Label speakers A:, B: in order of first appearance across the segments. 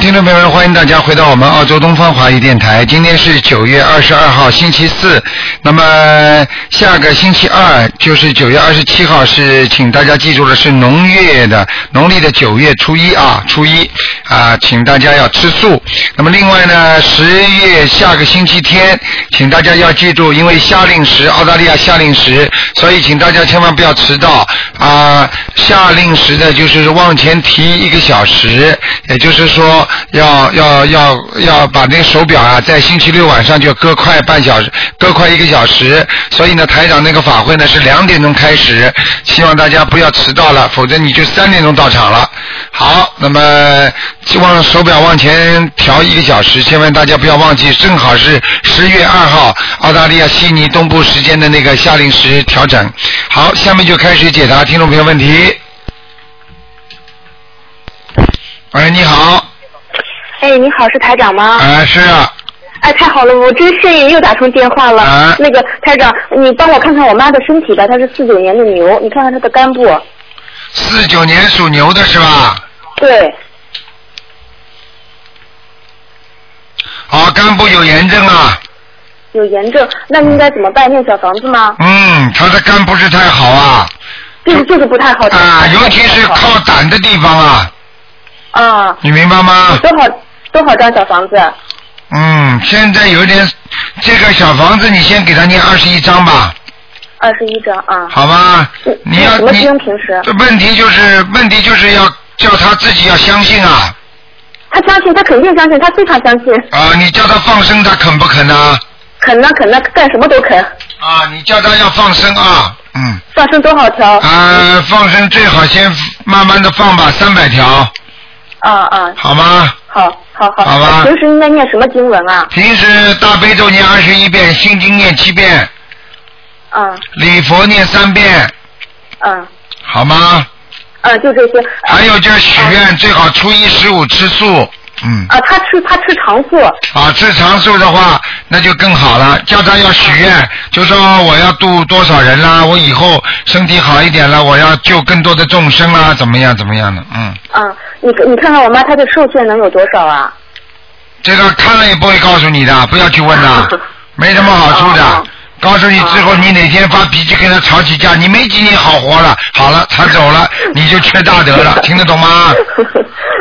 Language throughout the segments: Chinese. A: 听众朋友们，欢迎大家回到我们澳洲东方华语电台。今天是九月二十二号，星期四。那么下个星期二就是九月二十七号，是请大家记住了，是农月的农历的九月初一啊，初一啊，请大家要吃素。那么另外呢，十月下个星期天，请大家要记住，因为夏令时，澳大利亚夏令时，所以请大家千万不要迟到啊。夏令时的就是往前提一个小时，也就是说要要要要把那个手表啊，在星期六晚上就搁快半小时，搁快一个小时。所以呢，台长那个法会呢是两点钟开始，希望大家不要迟到了，否则你就三点钟到场了。好，那么希望手表往前调一个小时，千万大家不要忘记，正好是十月二号澳大利亚悉尼东部时间的那个夏令时调整。好，下面就开始解答听众朋友问题。喂，你好，
B: 哎，你好，是台长吗？
A: 啊，是啊，
B: 哎，太好了，我真幸运又打通电话了。
A: 啊
B: 那个台长，你帮我看看我妈的身体吧，她是四九年的牛，你看看她的肝部。
A: 四九年属牛的是吧？
B: 对，
A: 啊，肝部有炎症啊，
B: 有炎症，那应该怎么办？念小房子吗？
A: 嗯，他的肝不是太好啊，
B: 就是就是不太好。
A: 啊，尤其是靠胆的地方啊，
B: 啊，
A: 你明白吗？
B: 多少多少张小房子？
A: 嗯，现在有点，这个小房子你先给他念二十一章吧，
B: 二十一张啊。
A: 好吧
B: 嗯？
A: 你要
B: 什么
A: 你
B: 经平时？
A: 这问题就是问题就是要叫他自己要相信啊
B: 她相信，她肯定相信，她非常相信，
A: 啊！你叫他放生，他肯不肯呢、啊？
B: 肯呢肯呢，干什么都肯。
A: 你叫他要放生啊，嗯，
B: 放生多少条？
A: 啊，放生最好先慢慢的放吧，三百条，
B: 啊啊，
A: 好吗？
B: 好，好好。
A: 好吧
B: 平时应该念什么经文啊？
A: 平时大悲咒念二十一遍，心经念七遍，
B: 啊
A: 礼佛念三遍，
B: 啊
A: 好吗？
B: 啊，就这些。啊
A: 还有就是许愿，最好初一十五吃素，嗯，
B: 啊，他吃他吃长素，
A: 啊，吃长素的话，那就更好了。叫他要许愿，就说我要度多少人啦，我以后身体好一点了，我要救更多的众生啦，怎么样怎么样的，嗯，
B: 啊，你你看看我妈她的寿限能有多少啊？
A: 这个看了也不会告诉你的，不要去问啦， 没什么好处
B: 哦
A: 的。告诉你之
B: 啊
A: 后，你哪天发脾气跟他吵起架，你没几年好活了，好了，他走 了，你就缺大德了，听得懂吗？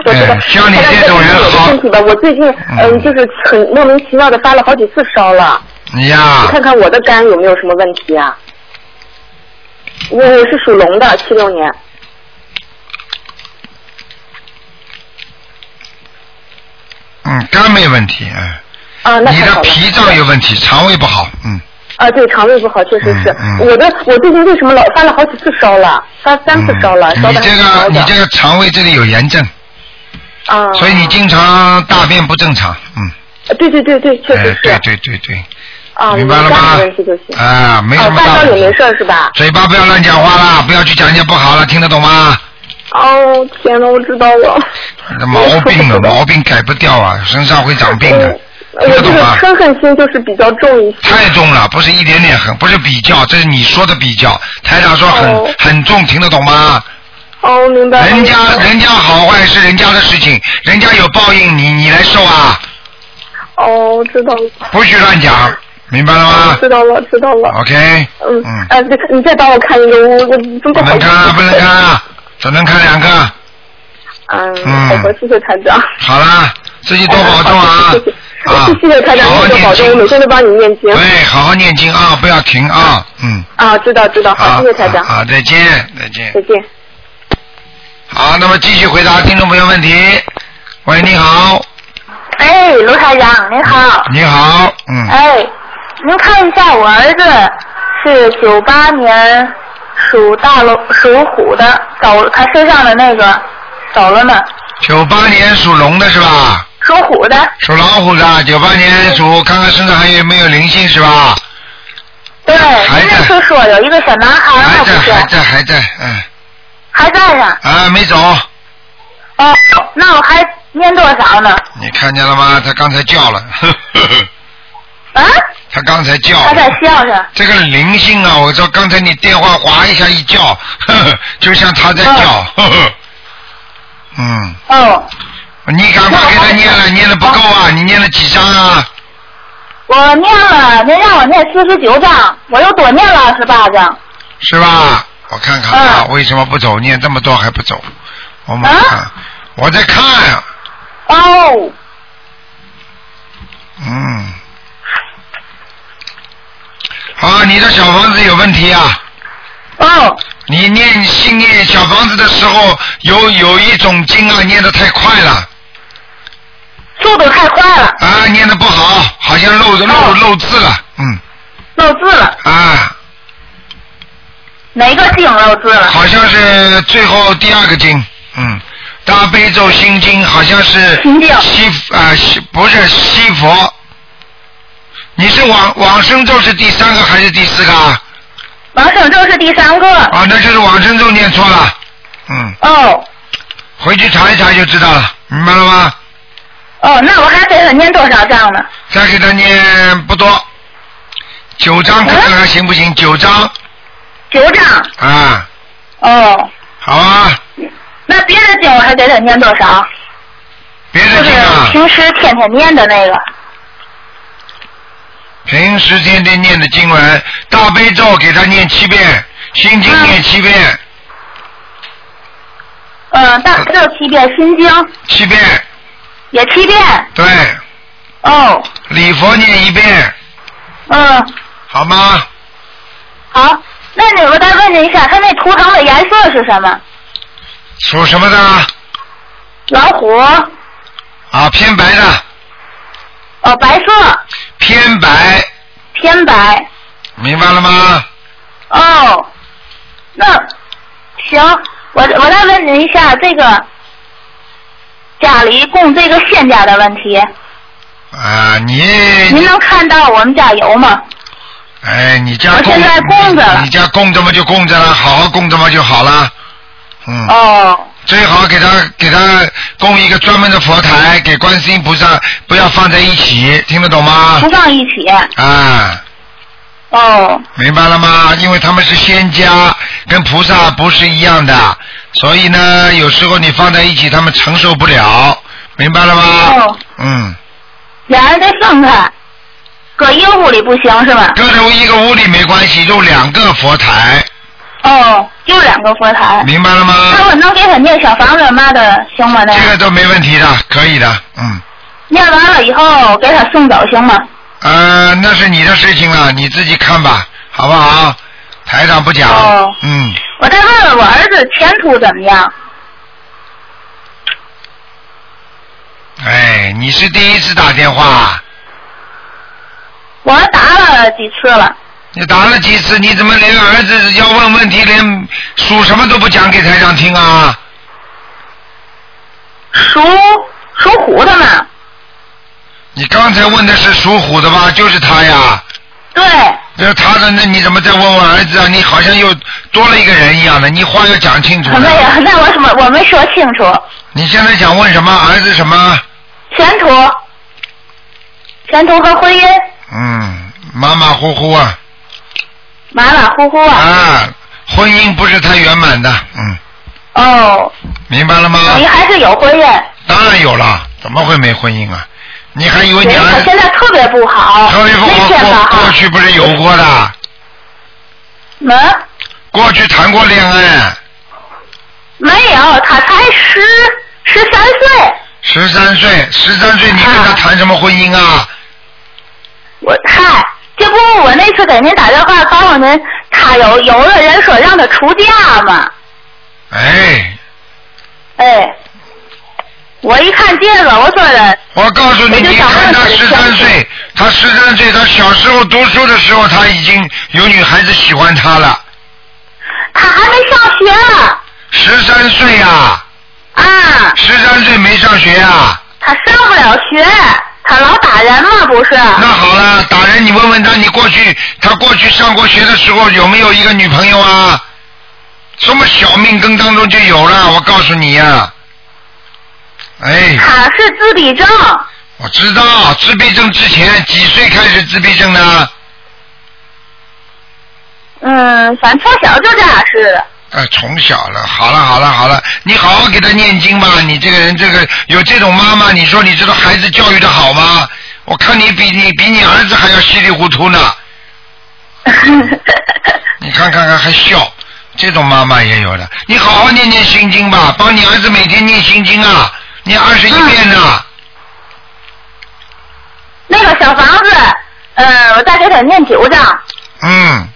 B: 我知道
A: 啊哎，像你这种人
B: 我
A: 好
B: 身体吧，我最近嗯、呃
A: 嗯啊
B: 就是很莫名其妙的发了好几次烧了，
A: 你呀、
B: 你看看我的肝有没有什么问题啊？我我是属龙的，七六年。
A: 嗯，肝没问题，嗯，
B: 啊，那
A: 你
B: 太
A: 的
B: 好了。
A: 脾脏有问题，肠胃不好，嗯，
B: 啊，对，肠胃不好，确实是。
A: 嗯嗯
B: 我的我最近为什么老发了好几次烧了，发三次烧了，
A: 嗯、
B: 烧的
A: 你
B: 还
A: 这
B: 挺高
A: 个
B: 的。
A: 你这个肠胃这里有炎症，
B: 啊，
A: 所以你经常大便不正常，嗯，
B: 对对对对，确
A: 哎
B: 实是。
A: 对对对对，
B: 啊，
A: 明白了
B: 肝
A: 吗
B: 没问题就行？。
A: 啊，没什
B: 哦，
A: 么
B: 发
A: 大
B: 烧也没
A: 问题。
B: 事儿是吧？
A: 嘴巴不要乱讲话啦，不要去讲人家不好了，听得懂吗？
B: 哦，天呐，我知道了。
A: 那毛病 了，毛病改不掉啊，身上会长病的，
B: 嗯我
A: 听
B: 这
A: 得懂
B: 个
A: 吗？
B: 嗔恨心就是比较重一些。
A: 太重了，不是一点点狠，不是比较，这是你说的比较。台长说很、
B: 哦
A: 很重，听得懂吗？
B: 哦，明白了。
A: 人家
B: 明白了
A: 人家好坏是人家的事情，人家有报应，你你来受啊，
B: 哦，知道了。哦
A: 不许乱讲，明白了吗
B: 知道了，知道了。
A: ？OK，
B: 嗯
A: 嗯，
B: 啊，对，你再帮我看一个，我我真不
A: 不
B: 好
A: 能
B: 意思
A: 看啊，不能看啊，只能看两个。
B: 嗯，
A: 嗯
B: 好的，谢谢台长。
A: 好啦，自己多保重啊
B: 好的谢谢
A: 啊！
B: 谢谢台长，
A: 好好
B: 你多保
A: 念
B: 重，我每
A: 经，
B: 天都帮你念经。
A: 对，好好念经啊，不要停啊，嗯，
B: 啊，知道知道，
A: 好，
B: 好，谢谢台长，
A: 好，好再见，再见
B: 再。见。
A: 好，那么继续回答听众朋友问题。喂，你好，
C: 哎，卢台长您好，
A: 你好，嗯，
C: 哎，您看一下我儿子是九八年属大龙属虎的，走他身上的那个走了呢，
A: 九八年属龙的是吧？
C: 属虎的
A: 属老虎的，九八年属，看看身上还有没有灵性是吧？
C: 啊对，
A: 还
C: 您那
A: 在
C: 次说有一个小男孩儿
A: 还
C: 呢，不
A: 在，
C: 是
A: 还在，还在，嗯，
C: 还在呢，
A: 啊，没走，
C: 哦，那我还念多少呢？
A: 你看见了吗？他刚才叫了， 呵呵呵
C: 啊，
A: 他刚才叫了。
C: 他在笑呢，
A: 这个灵性啊，我说刚才你电话哗一下一叫， 呵呵就像他在叫，呵呵，嗯，
C: 哦，
A: 你赶快给他念了，念的不够啊！你念了几张啊？
C: 我念了，您让我念四十九章，我又多念了二十八章。
A: 是吧？我看看啊，为什么不走？念这么多还不走？我马上，
C: 啊
A: 我在看，啊
C: 哦，
A: 嗯。好，啊你的小房子有问题啊！
C: 哦，
A: 你念心念小房子的时候，有有一种经啊，念得太快了
C: 速度太快了，
A: 啊，念得不好，好像漏漏
C: 哦
A: 漏字了，嗯
C: 漏字了，
A: 啊，
C: 哪个经漏字了？
A: 好像是最后第二个经，嗯，大悲咒心经好像是
C: 心经
A: 西啊西不是西佛，你是往往生咒是第三个还是第四个啊？
C: 王胜正是第三个。
A: 啊，那就是往生咒念错了，嗯，
C: 哦，
A: 回去查一查就知道了，明白了吗？
C: 哦，那我还给他念多少章呢？
A: 再给他念不多，九张看看还行不行？九张
C: 九章。
A: 啊，
C: 哦，
A: 好啊，
C: 那别的经我还给他念多少？
A: 别
C: 就
A: 的
C: 是
A: 经啊，
C: 平时天天念的那个。
A: 平时天天念的经文，大悲咒给他念七遍，心经念七遍，
C: 嗯，大悲咒七遍，心经
A: 七遍，
C: 也七遍。
A: 对，
C: 哦，
A: 礼佛念一遍，
C: 嗯，
A: 好吗？
C: 好。那你我再问您一下，他那图腾的颜色是什么？
A: 属什么的啊？
C: 老虎，
A: 啊，偏白的，
C: 哦，白色，
A: 偏白，
C: 偏白。
A: 明白了吗？
C: 哦，那行，我我再问您一下这个家里供这个仙家的问题，
A: 啊，你
C: 您能看到我们家有吗？
A: 哎，你家
C: 我
A: 供
C: 现在供着了
A: 你家供着嘛就供着了，好好供着嘛就好了。嗯，
C: 哦，
A: 最好给他给他供一个专门的佛台，给观世音菩萨，不要放在一起，听得懂吗
C: 不？放一起。
A: 啊，
C: 哦，
A: 明白了吗？因为他们是仙家，跟菩萨不是一样的，所以呢，有时候你放在一起，他们承受不了，明白了吗？
C: 哦
A: 嗯，
C: 俩人得分开，搁一个屋里不行是吧？
A: 各留一个屋里没关系，就两个佛台，
C: 哦，就两个佛台。
A: 明白了吗？
C: 哎那我能给他念小房子嘛的行吗？那
A: 这
C: 样
A: 个都没问题的，可以的，嗯。
C: 念完了以后给他送走行吗？
A: 呃，那是你的事情了，你自己看吧，好不好？台长不讲。
C: 哦
A: 嗯，
C: 我再问问我儿子前途怎么样？
A: 哎，你是第一次打电话，
C: 我打了几次了。
A: 你打了几次？你怎么连儿子要问问题，连属什么都不讲给台长听啊？
C: 属属虎的嘛，
A: 你刚才问的是属虎的吧？就是他呀，
C: 对，
A: 就是他的，那你怎么再问我儿子啊？你好像又多了一个人一样的，你话要讲清楚
C: 没
A: 了。
C: 有，那我什么我没说清楚，
A: 你现在想问什么？儿子什么？
C: 前途，前途和婚姻
A: 嗯，马马虎虎啊。
C: 马马虎虎啊，
A: 啊，婚姻不是太圆满的，嗯，
C: 哦，
A: 明白了吗？
C: 等于还是有婚姻，
A: 当然有了，怎么会没婚姻啊？你还以为
C: 对
A: 你
C: 他
A: 儿
C: 现在特别不好，
A: 啊特别不
C: 没啊
A: 好
C: 办法
A: 过过
C: 哈，嗯
A: 去不是有过的，
C: 没
A: 过去谈过恋爱，
C: 没有，他才十十三岁，
A: 十三岁，十三岁你跟他
C: 啊
A: 谈什么婚姻啊？
C: 我嗨，这不我那次给您打电话告诉您，他有有的人说让他出家嘛，
A: 哎，
C: 哎，我一看这个，我说的。
A: 我告诉你，
C: 我就
A: 你
C: 想问
A: 看他
C: 问你
A: 十
C: 想
A: 三
C: 不
A: 岁，他十三岁，他小时候读书的时候，他已经有女孩子喜欢他了，
C: 他还没上学
A: 十三岁啊，
C: 啊，
A: 十三岁没上学啊。
C: 他上不了学，他老打人嘛，不是？
A: 那好了，打人，你问问他，你过去他过去上过学的时候有没有一个女朋友啊？什么小命根当中就有了，我告诉你呀、啊 哎，
C: 他是自闭症，
A: 我知道，自闭症之前几岁开始自闭症呢？
C: 嗯，反正从小就这样似的。
A: 呃，从小了，好了好了好了，你好好给他念经吧。你这个人，这个有这种妈妈，你说你这个孩子教育的好吗？我看你比你比你儿子还要稀里糊涂呢。你看看看还笑，这种妈妈也有的。你好好念念心经吧，帮你儿子每天念心经啊，念二十一遍呢、
C: 那个小房子，呃，我再给他念九张。
A: 嗯，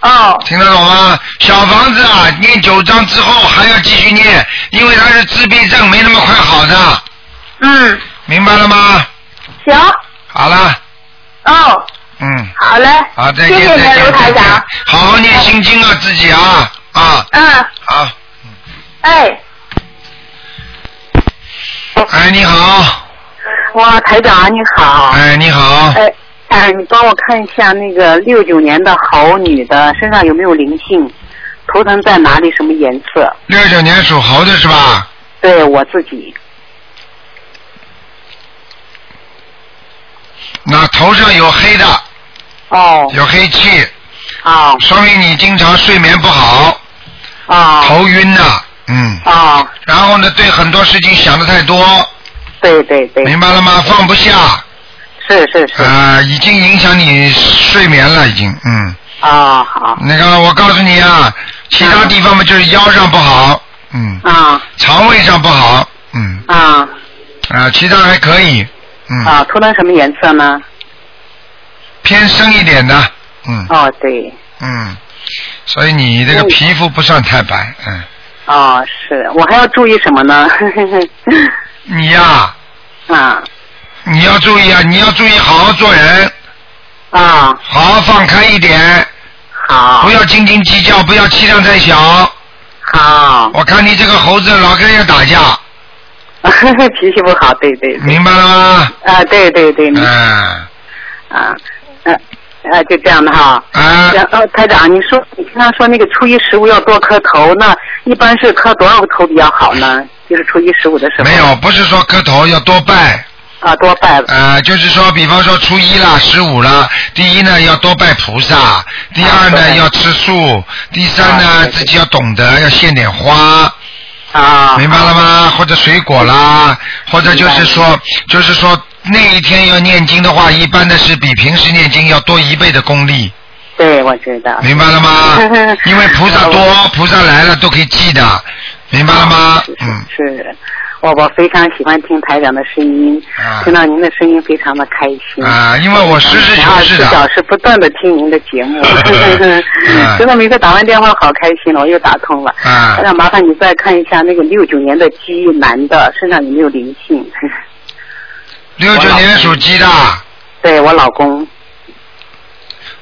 C: 哦，
A: 听得懂吗？小房子啊，念九章之后还要继续念，因为他是自闭症，没那么快好的，
C: 嗯，
A: 明白了吗？
C: 行，
A: 好了，
C: 哦，
A: 嗯，
C: 好嘞。
A: 好，再
C: 谢
A: 见，
C: 谢
A: 再
C: 您，
A: 见，
C: 卢
A: 再
C: 台
A: 见
C: 长。。
A: 好好念心经啊，自己啊，啊，
C: 嗯，
A: 好。
C: 哎，
A: 哎，你好，
B: 哇，台长你好。
A: 哎，你好，
B: 哎哎，你帮我看一下那个六九年的猴女的身上有没有灵性，头疼在哪里，什么颜色？
A: 六九年属猴的是吧？
B: 对我自己，
A: 那头上有黑的，
B: 哦，
A: 有黑气，
B: 哦，
A: 说明你经常睡眠不好，
B: 哦，
A: 头晕呐、嗯，
B: 哦，
A: 然后呢，对很多事情想的太多，
B: 对对对，
A: 明白了吗？放不下，
B: 是是是，
A: 呃，已经影响你睡眠了，已经，嗯，
B: 啊好，
A: 那个我告诉你啊，其他地方嘛就是腰上不好，嗯，
B: 啊
A: 肠胃上不好，嗯，
B: 啊
A: 啊、其他还可以，嗯，
B: 啊，头疼什么颜色呢？
A: 偏深一点的，嗯
B: 哦对，
A: 嗯，所以你这个
B: 嗯
A: 皮肤不算太白，嗯，
B: 哦是，我还要注意什么呢？
A: 你呀、
B: 啊
A: 你要注意啊，你要注意好好做人，
B: 啊
A: 好好放开一点，
B: 好
A: 不，要斤斤计较，不要气量太小。
B: 好，
A: 我看你这个猴子老跟人家打架，
B: 脾气不好，对对对，
A: 明白了吗？
B: 啊对对对，你
A: 嗯，
B: 啊，呃，呃，就这样的哈。
A: 啊
B: 然，后台长，你说你经常说那个初一十五要多磕头，那一般是磕多少个头比较好呢？就是初一十五的时候。
A: 没有，不是说磕头要多拜，
B: 啊，多拜了。
A: 呃，就是说，比方说初一啦、十五啦，第一呢要多拜菩萨，第二
B: 啊
A: 呢
B: 对
A: 要吃素，第三
B: 啊
A: 呢
B: 对对
A: 自己要懂得要献点花，
B: 啊。
A: 呃明白了吗？或者水果啦，或者就是说，就是说那一天要念经的话，一般的是比平时念经要多一倍的功力，
B: 对，我知道。
A: 明白了 吗？因为菩萨多，菩萨来了都可以记的，明白了吗
B: 是？
A: 嗯，
B: 是，是我我非常喜欢听台长的声音，
A: 啊
B: 听到您的声音非常的开心。嗯
A: 啊，因为我实事求
B: 二十
A: 是
B: 四小
A: 的，
B: 时不断的听您的 节目
A: 啊，
B: 真的每次打完电话好开心了，我又打通了。
A: 啊
B: 台，长，麻烦你再看一下那个六九年的鸡男的身上有没有灵 性？
A: 六九年属鸡的，啊，
B: 对我老公，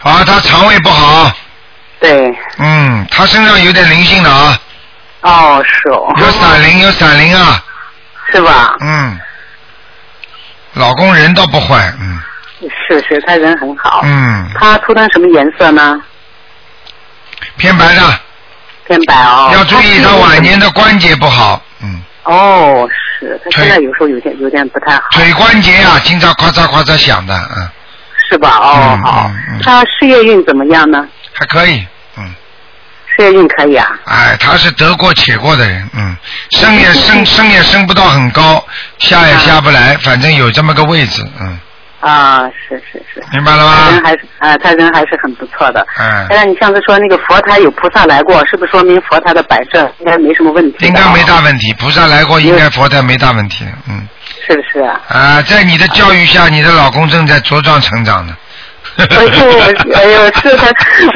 A: 他肠胃不好，
B: 对，
A: 嗯，他身上有点灵性的啊，
B: 哦，是哦，
A: 有闪灵，有闪灵啊，
B: 是吧？
A: 嗯，老公人倒不坏，嗯
B: 是是，他人很好。
A: 嗯，
B: 他涂成什么颜色呢？
A: 偏白的。
B: 偏白哦。
A: 要注意他晚年的关节不好，嗯，
B: 哦，是他现在
A: 腿
B: 有时候有点有点不太好，
A: 腿关节啊，经常咔嚓咔嚓响的，嗯，
B: 是吧？哦
A: 嗯，
B: 好
A: 嗯嗯，
B: 他事业运怎么样呢？
A: 还可以，嗯，
B: 事业运可以啊。
A: 哎，他是得过且过的人，嗯，升也 升升也升不到很高，下也下不来，反正有这么个位置，嗯，
B: 啊，是是是，
A: 明白了
B: 他
A: 吗
B: 人？还是啊，他人还是很不错的。
A: 哎
B: 但，是你上次说那个佛台有菩萨来过，是不是说明佛台的摆设应该没什么问题的啊？
A: 应该没大问题，菩萨来过，应该佛台没大问题，嗯，
B: 是不是啊？
A: 啊，在你的教育下，你的老公正在茁壮成长呢。
B: 哎呦， 哎呦，是 他，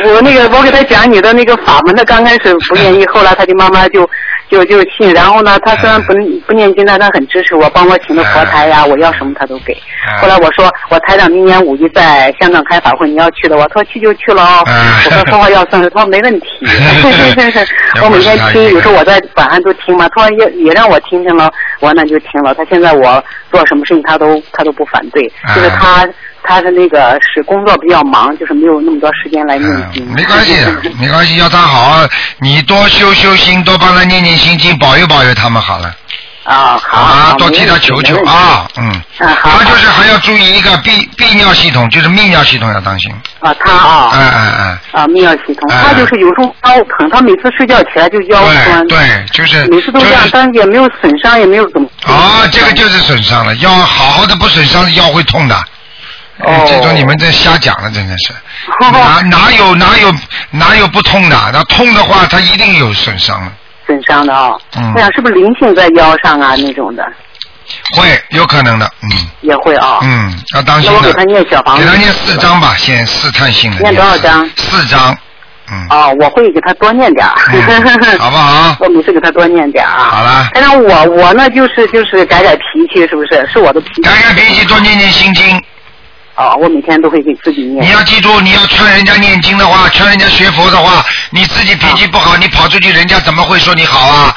B: 我那个我给他讲你的那个法门，他刚开始不愿意，后来他就慢慢就就就信，然后呢，他虽然不不念经，但他很支持我，帮我请的佛台呀、我要什么他都给。
A: 啊
B: 后来我说，我台长明年五一在香港开法会，你要去的，我说去就去了哦。
A: 嗯。
B: 我说说话要算数，他说没问题
A: 要不是他
B: 我每天
A: 一个
B: 听，有时候我在晚上都听嘛，他说也也让我听听了，我那就听了。他现在我做什么事情他都他都不反对，就是
A: 嗯
B: 他他的那个是工作比较忙，就是没有那么多时间来念经。
A: 嗯，没关系 的，没关系，要他好好，你多修修心，多帮他念念心经，保佑保佑他们好了。
B: 啊，好，好
A: 多替他求求。啊，嗯。
B: 没问题嗯，好。
A: 他就是
B: 好
A: 还要注意一个泌泌尿系统，就是泌尿系统要当心。
B: 啊，他啊。
A: 哎哎
B: 啊，泌尿系统，
A: 哎
B: 他就是有时候腰疼，他每次睡觉起来就腰
A: 哎，对
B: 酸，
A: 对，就是
B: 每次都
A: 就
B: 这样，
A: 是
B: 但是也没有损伤，也没有怎么。
A: 啊，这个就是损伤了，腰好好的不损伤，腰会痛的。哎
B: 哦
A: 这种你们在瞎讲了，真的是，
B: 哈
A: 哪
B: 哈
A: 哪有哪有哪有不痛的？那痛的话，它一定有损伤了，
B: 损伤的啊。
A: 嗯
B: 我想是不是灵性在腰上啊那种的
A: 会有可能的，嗯
B: 也会啊。
A: 嗯，要当心
B: 那我
A: 的
B: 给。他念小房子。
A: 给他念四。张吧，先试探性的。
B: 念多少张？
A: 四张，嗯，
B: 哦，我会给他多念点儿。
A: 嗯好不好？
B: 我每次给他多念点儿啊。
A: 好了
B: 但是我我呢，就是就是改改脾气，是不是？是我的脾气
A: 改。改脾气，多念念心经。
B: 哦，我每天都会给自己
A: 你
B: 念。
A: 要记住，你要劝人家念经的话，劝人家学佛的话，你自己脾气不好，你跑出去，人家怎么会说你好啊？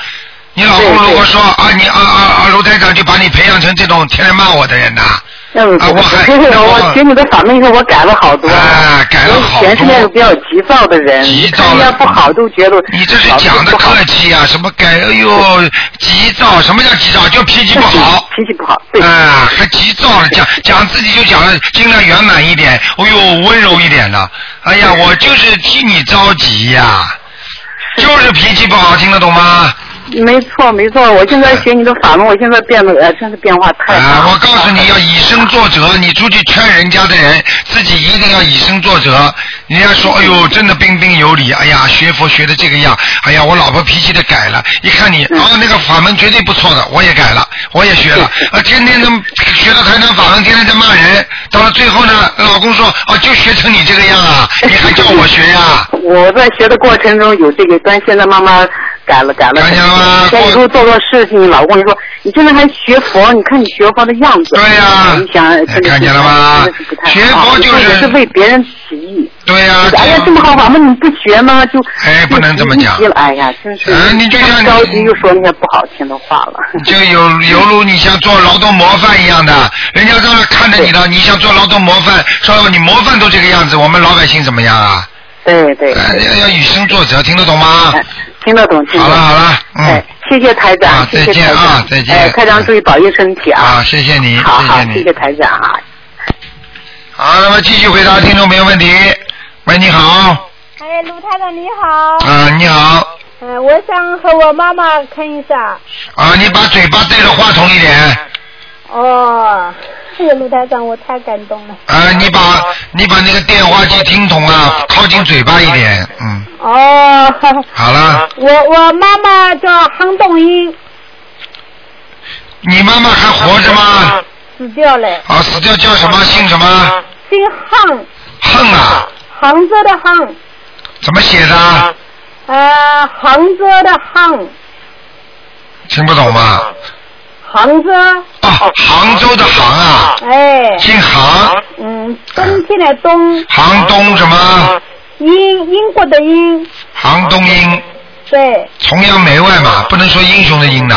A: 你老公
B: 对对
A: 如果说啊，你啊啊啊，卢台长就把你培养成这种天天骂我的人呐、
B: 要不
A: 啊我还
B: 我我学你的法门以后，我改了好多。
A: 哎改了好多
B: 我以前是那种比较急躁的人，
A: 急躁了
B: 人家不好都觉得。
A: 你这是讲的客气啊，什么改？哎呦，急躁，什么叫急躁？就脾气不好。
B: 脾气不好， 对。
A: 啊，还急躁了，讲讲自己就讲了，尽量圆满一点，哎呦，温柔一点的。哎呀，我就是替你着急呀、就是脾气不好，听得懂吗？
B: 没错，没错，我现在学你的法门，我现在变得呃，真是变化太大
A: 啊
B: 了。，
A: 我告诉你要以身作则，你出去劝人家的人，自己一定要以身作则。人家说，哎呦，真的彬彬有礼，哎呀，学佛学的这个样，哎呀，我老婆脾气的改了，一看你，
B: 嗯
A: 哦，那个法门绝对不错的，我也改了，我也 学了，啊，天天能学到台南法门，天天在骂人，到了最后呢，老公说，哦，就学成你这个样啊，你还叫我学呀、
B: 我在学的过程中有这个，但现在慢慢改了，改了。
A: 看见了吗
B: 以前有时候做错事情，老公就说：“你现在还学佛？你看你学佛的样子。”哎
A: 对呀
B: 你想，真的是
A: 看见了吗
B: 真的是不太好哎
A: 学佛就是啊
B: 也是为别人起义。
A: 对呀、
B: 哎呀，这么好法门你不学吗？就
A: 哎不能这么讲
B: 就急了哎呀，真是
A: 哎你就像你
B: 着急又说那些不好听的话了。
A: 就有犹如你像做劳动模范一样的，人家在那看着你了，你想做劳动模范，说你模范都这个样子，我们老百姓怎么样啊？
B: 对对，
A: 呃要要以身作则，听得懂吗？
B: 哎听得懂，听得
A: 好
B: 懂
A: 了。好了，啊嗯
B: 哎，，谢谢台
A: 啊
B: 长，谢谢
A: 再见
B: 台
A: 啊
B: 长，
A: 再见
B: 哎，台长注意保佑身体
A: 啊，
B: 啊，
A: 谢谢你，
B: 好
A: 谢
B: 好
A: 谢，你
B: 谢。谢台长啊。
A: 好，那么继续回答听众朋友问题。喂，你好，
D: 哎，卢太太你好，
A: 啊，你好，
D: 嗯、我想和我妈妈看一下。
A: 啊，你把嘴巴对着话筒一点，
D: 哦，谢谢卢台长，我太感动了。
A: 啊，你把你把那个电话机听筒啊靠近嘴巴一点，嗯，
D: 哦，
A: 好了，
D: 我我妈妈叫杭栋英，
A: 你妈妈还活着吗？
D: 死掉了，
A: 啊，死掉叫什么？姓什么？
D: 姓杭，
A: 横啊，
D: 杭州的杭，
A: 怎么写的啊？
D: 呃，杭州的杭，
A: 听不懂吗？
D: 杭州，
A: 啊，杭州的杭啊，
D: 哎，
A: 姓杭，
D: 嗯，冬天的冬，
A: 杭东什么？
D: 英英国的英，
A: 杭东英，
D: 对，
A: 崇洋媚外嘛，不能说英雄的英 的。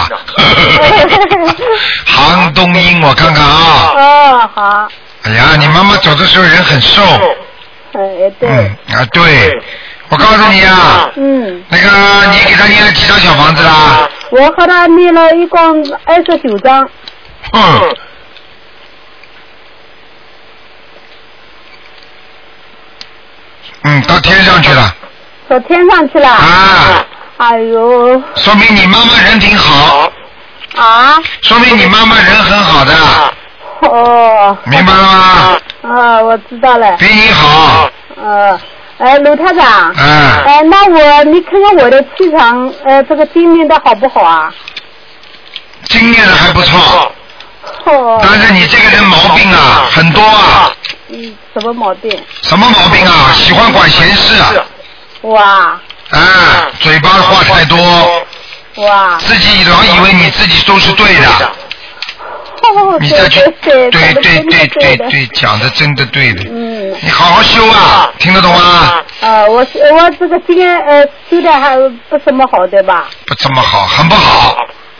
A: 杭东英，我看看啊。
D: 哦，好，
A: 哎呀，你妈妈走的时候人很瘦，
D: 哎，对
A: 嗯，啊，对，我告诉你啊，
D: 嗯。
A: 那个你给她念了几张小房子啦？
D: 我和他念了一共二十九章，
A: 哼，嗯，到天上去了
D: 到天上去了。
A: 啊，
D: 哎呦
A: 说明你妈妈人挺好。
D: 啊！
A: 说明你妈妈人很好的，
D: 哦，
A: 明白了吗？
D: 啊，我知道了。
A: 比你好，
D: 呃，哎，卢台长，
A: 嗯，
D: 哎，那我你看看我的气场，呃，这个今年的好不好啊？
A: 经验的还不错，
D: 哦，
A: 但是你这个人毛病啊很多啊，
D: 嗯，什么毛病？
A: 什么毛病啊？喜欢管闲事，
D: 哇
A: 啊，嘴巴话太多，
D: 哇！
A: 自己老以为你自己都是对的，
D: 哦，
A: 你
D: 对
A: 再去
D: 对
A: 对对
D: 对讲得真的
A: 对对
D: 的。
A: 对，讲的真的对的，
D: 嗯，
A: 你好好修啊，听得懂吗？
D: 呃，我是我这个今年呃修的还不怎么好，对吧？
A: 不怎么好，很不好，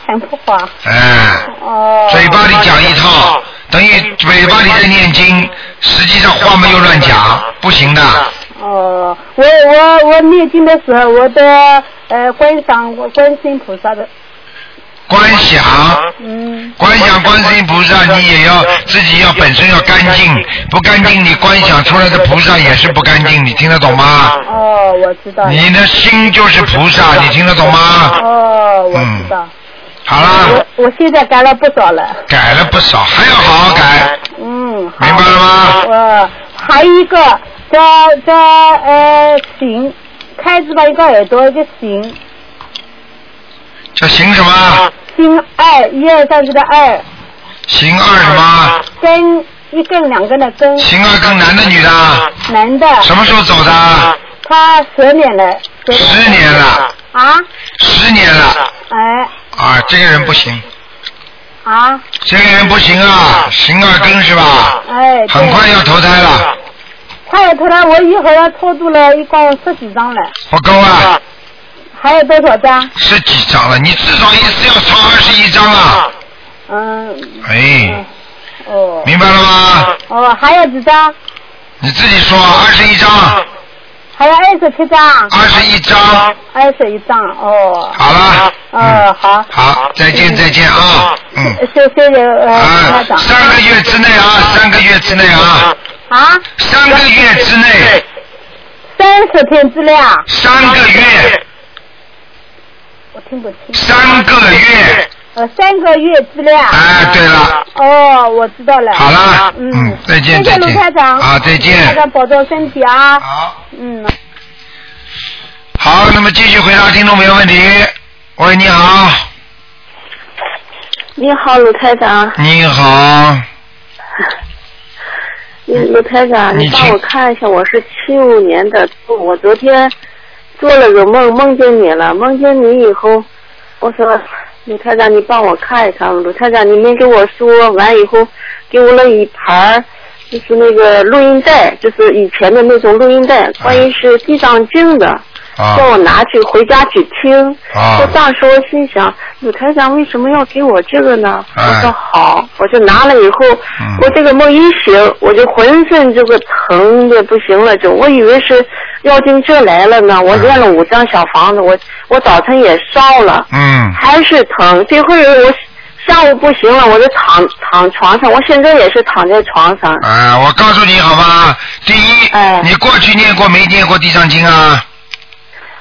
D: 很不好。
A: 哎。
D: 哦。
A: 嘴巴里讲一套，嗯等于嘴巴里在念经，实际上话没有乱讲，不行的。
D: 哦，我我我念经的时候，我的呃观想观世音菩萨的
A: 观想，
D: 嗯，
A: 观想观世音菩萨，你也要自己要本身要干净，不干净你观想出来的菩萨也是不干净，你听得懂吗？
D: 哦，我知道了。
A: 你的心就是菩萨，你听得懂吗？
D: 哦，我知道。
A: 好啦，
D: 我我现在改了不少了。
A: 改了不少，还要好好改，
D: 嗯，好
A: 明白了吗？
D: 呃，还有一个叫叫呃行，开字旁一个耳朵一个行，
A: 叫行什么？
D: 心二一二三四的二，
A: 行二什么？啊
D: 根一根两根的根，
A: 行二更男的女的？
D: 男的，
A: 什么时候走的？
D: 他蛇脸了，蛇
A: 啊十年了，
D: 啊，
A: 十年了
D: 哎
A: 啊！这个人不行，
D: 啊，
A: 这个人不行啊，行二更是吧？
D: 哎，
A: 很
D: 对，
A: 快要投胎了，
D: 快要投了，我一会儿超度了一共十几张了，
A: 不够啊，
D: 还有多少张？
A: 是几张了？你至少一次要超二十一张啊！
D: 嗯，
A: 哎，
D: 哦，
A: 明白了吗？
D: 哦，还有几张？
A: 你自己说，二十一张，
D: 还有二十七张，
A: 二十一张，
D: 二十一张，哦，
A: 好了，
D: 哦，
A: 嗯，
D: 好，
A: 好，再见，再见啊，嗯，
D: 谢谢呃
A: 啊
D: 台，长
A: 三个月之内啊，三个月之内啊，
D: 啊，
A: 三个月之内，
D: 三十天之内啊，
A: 三个月，
D: 我听不清，
A: 三个月，
D: 呃，三个月之内啊，
A: 哎，对了，
D: 哦，我知道了，
A: 好了，嗯
D: 嗯，
A: 再见，
D: 谢
A: 再
D: 谢卢
A: 见
D: 台，长，
A: 啊，再
D: 台
A: 见，
D: 长保重身体啊，
A: 好。
D: 嗯，
A: 好，那么继续回答听众朋友问题。喂，你好，
B: 你好，鲁台长，
A: 你好，啊
B: 鲁台长，
A: 嗯你
B: 你帮
A: 请
B: 我看一下，我是七五年的兔，我昨天做了个梦，梦见你了，梦见你以后，我说鲁台长，你帮我看一看，鲁台长，你没给我说，完以后给我了一盘儿，就是那个录音带，就是以前的那种录音带，关于是地藏经的。
A: 啊
B: 叫我拿去回家去听。
A: 啊
B: 我当时我心想，鲁台长为什么要给我这个呢？
A: 哎
B: 我说好，我就拿了以后，
A: 嗯
B: 我这个梦一醒，我就浑身这个疼的不行了，就我以为是妖精这来了
A: 嗯
B: 呢。我练了五张小房子，我我早晨也烧了，
A: 嗯，
B: 还是疼。这会儿我下午不行了，我就躺躺床上，我现在也是躺在床上。
A: 啊，我告诉你好吧，第一，
B: 哎
A: 你过去念过没念过地藏经啊？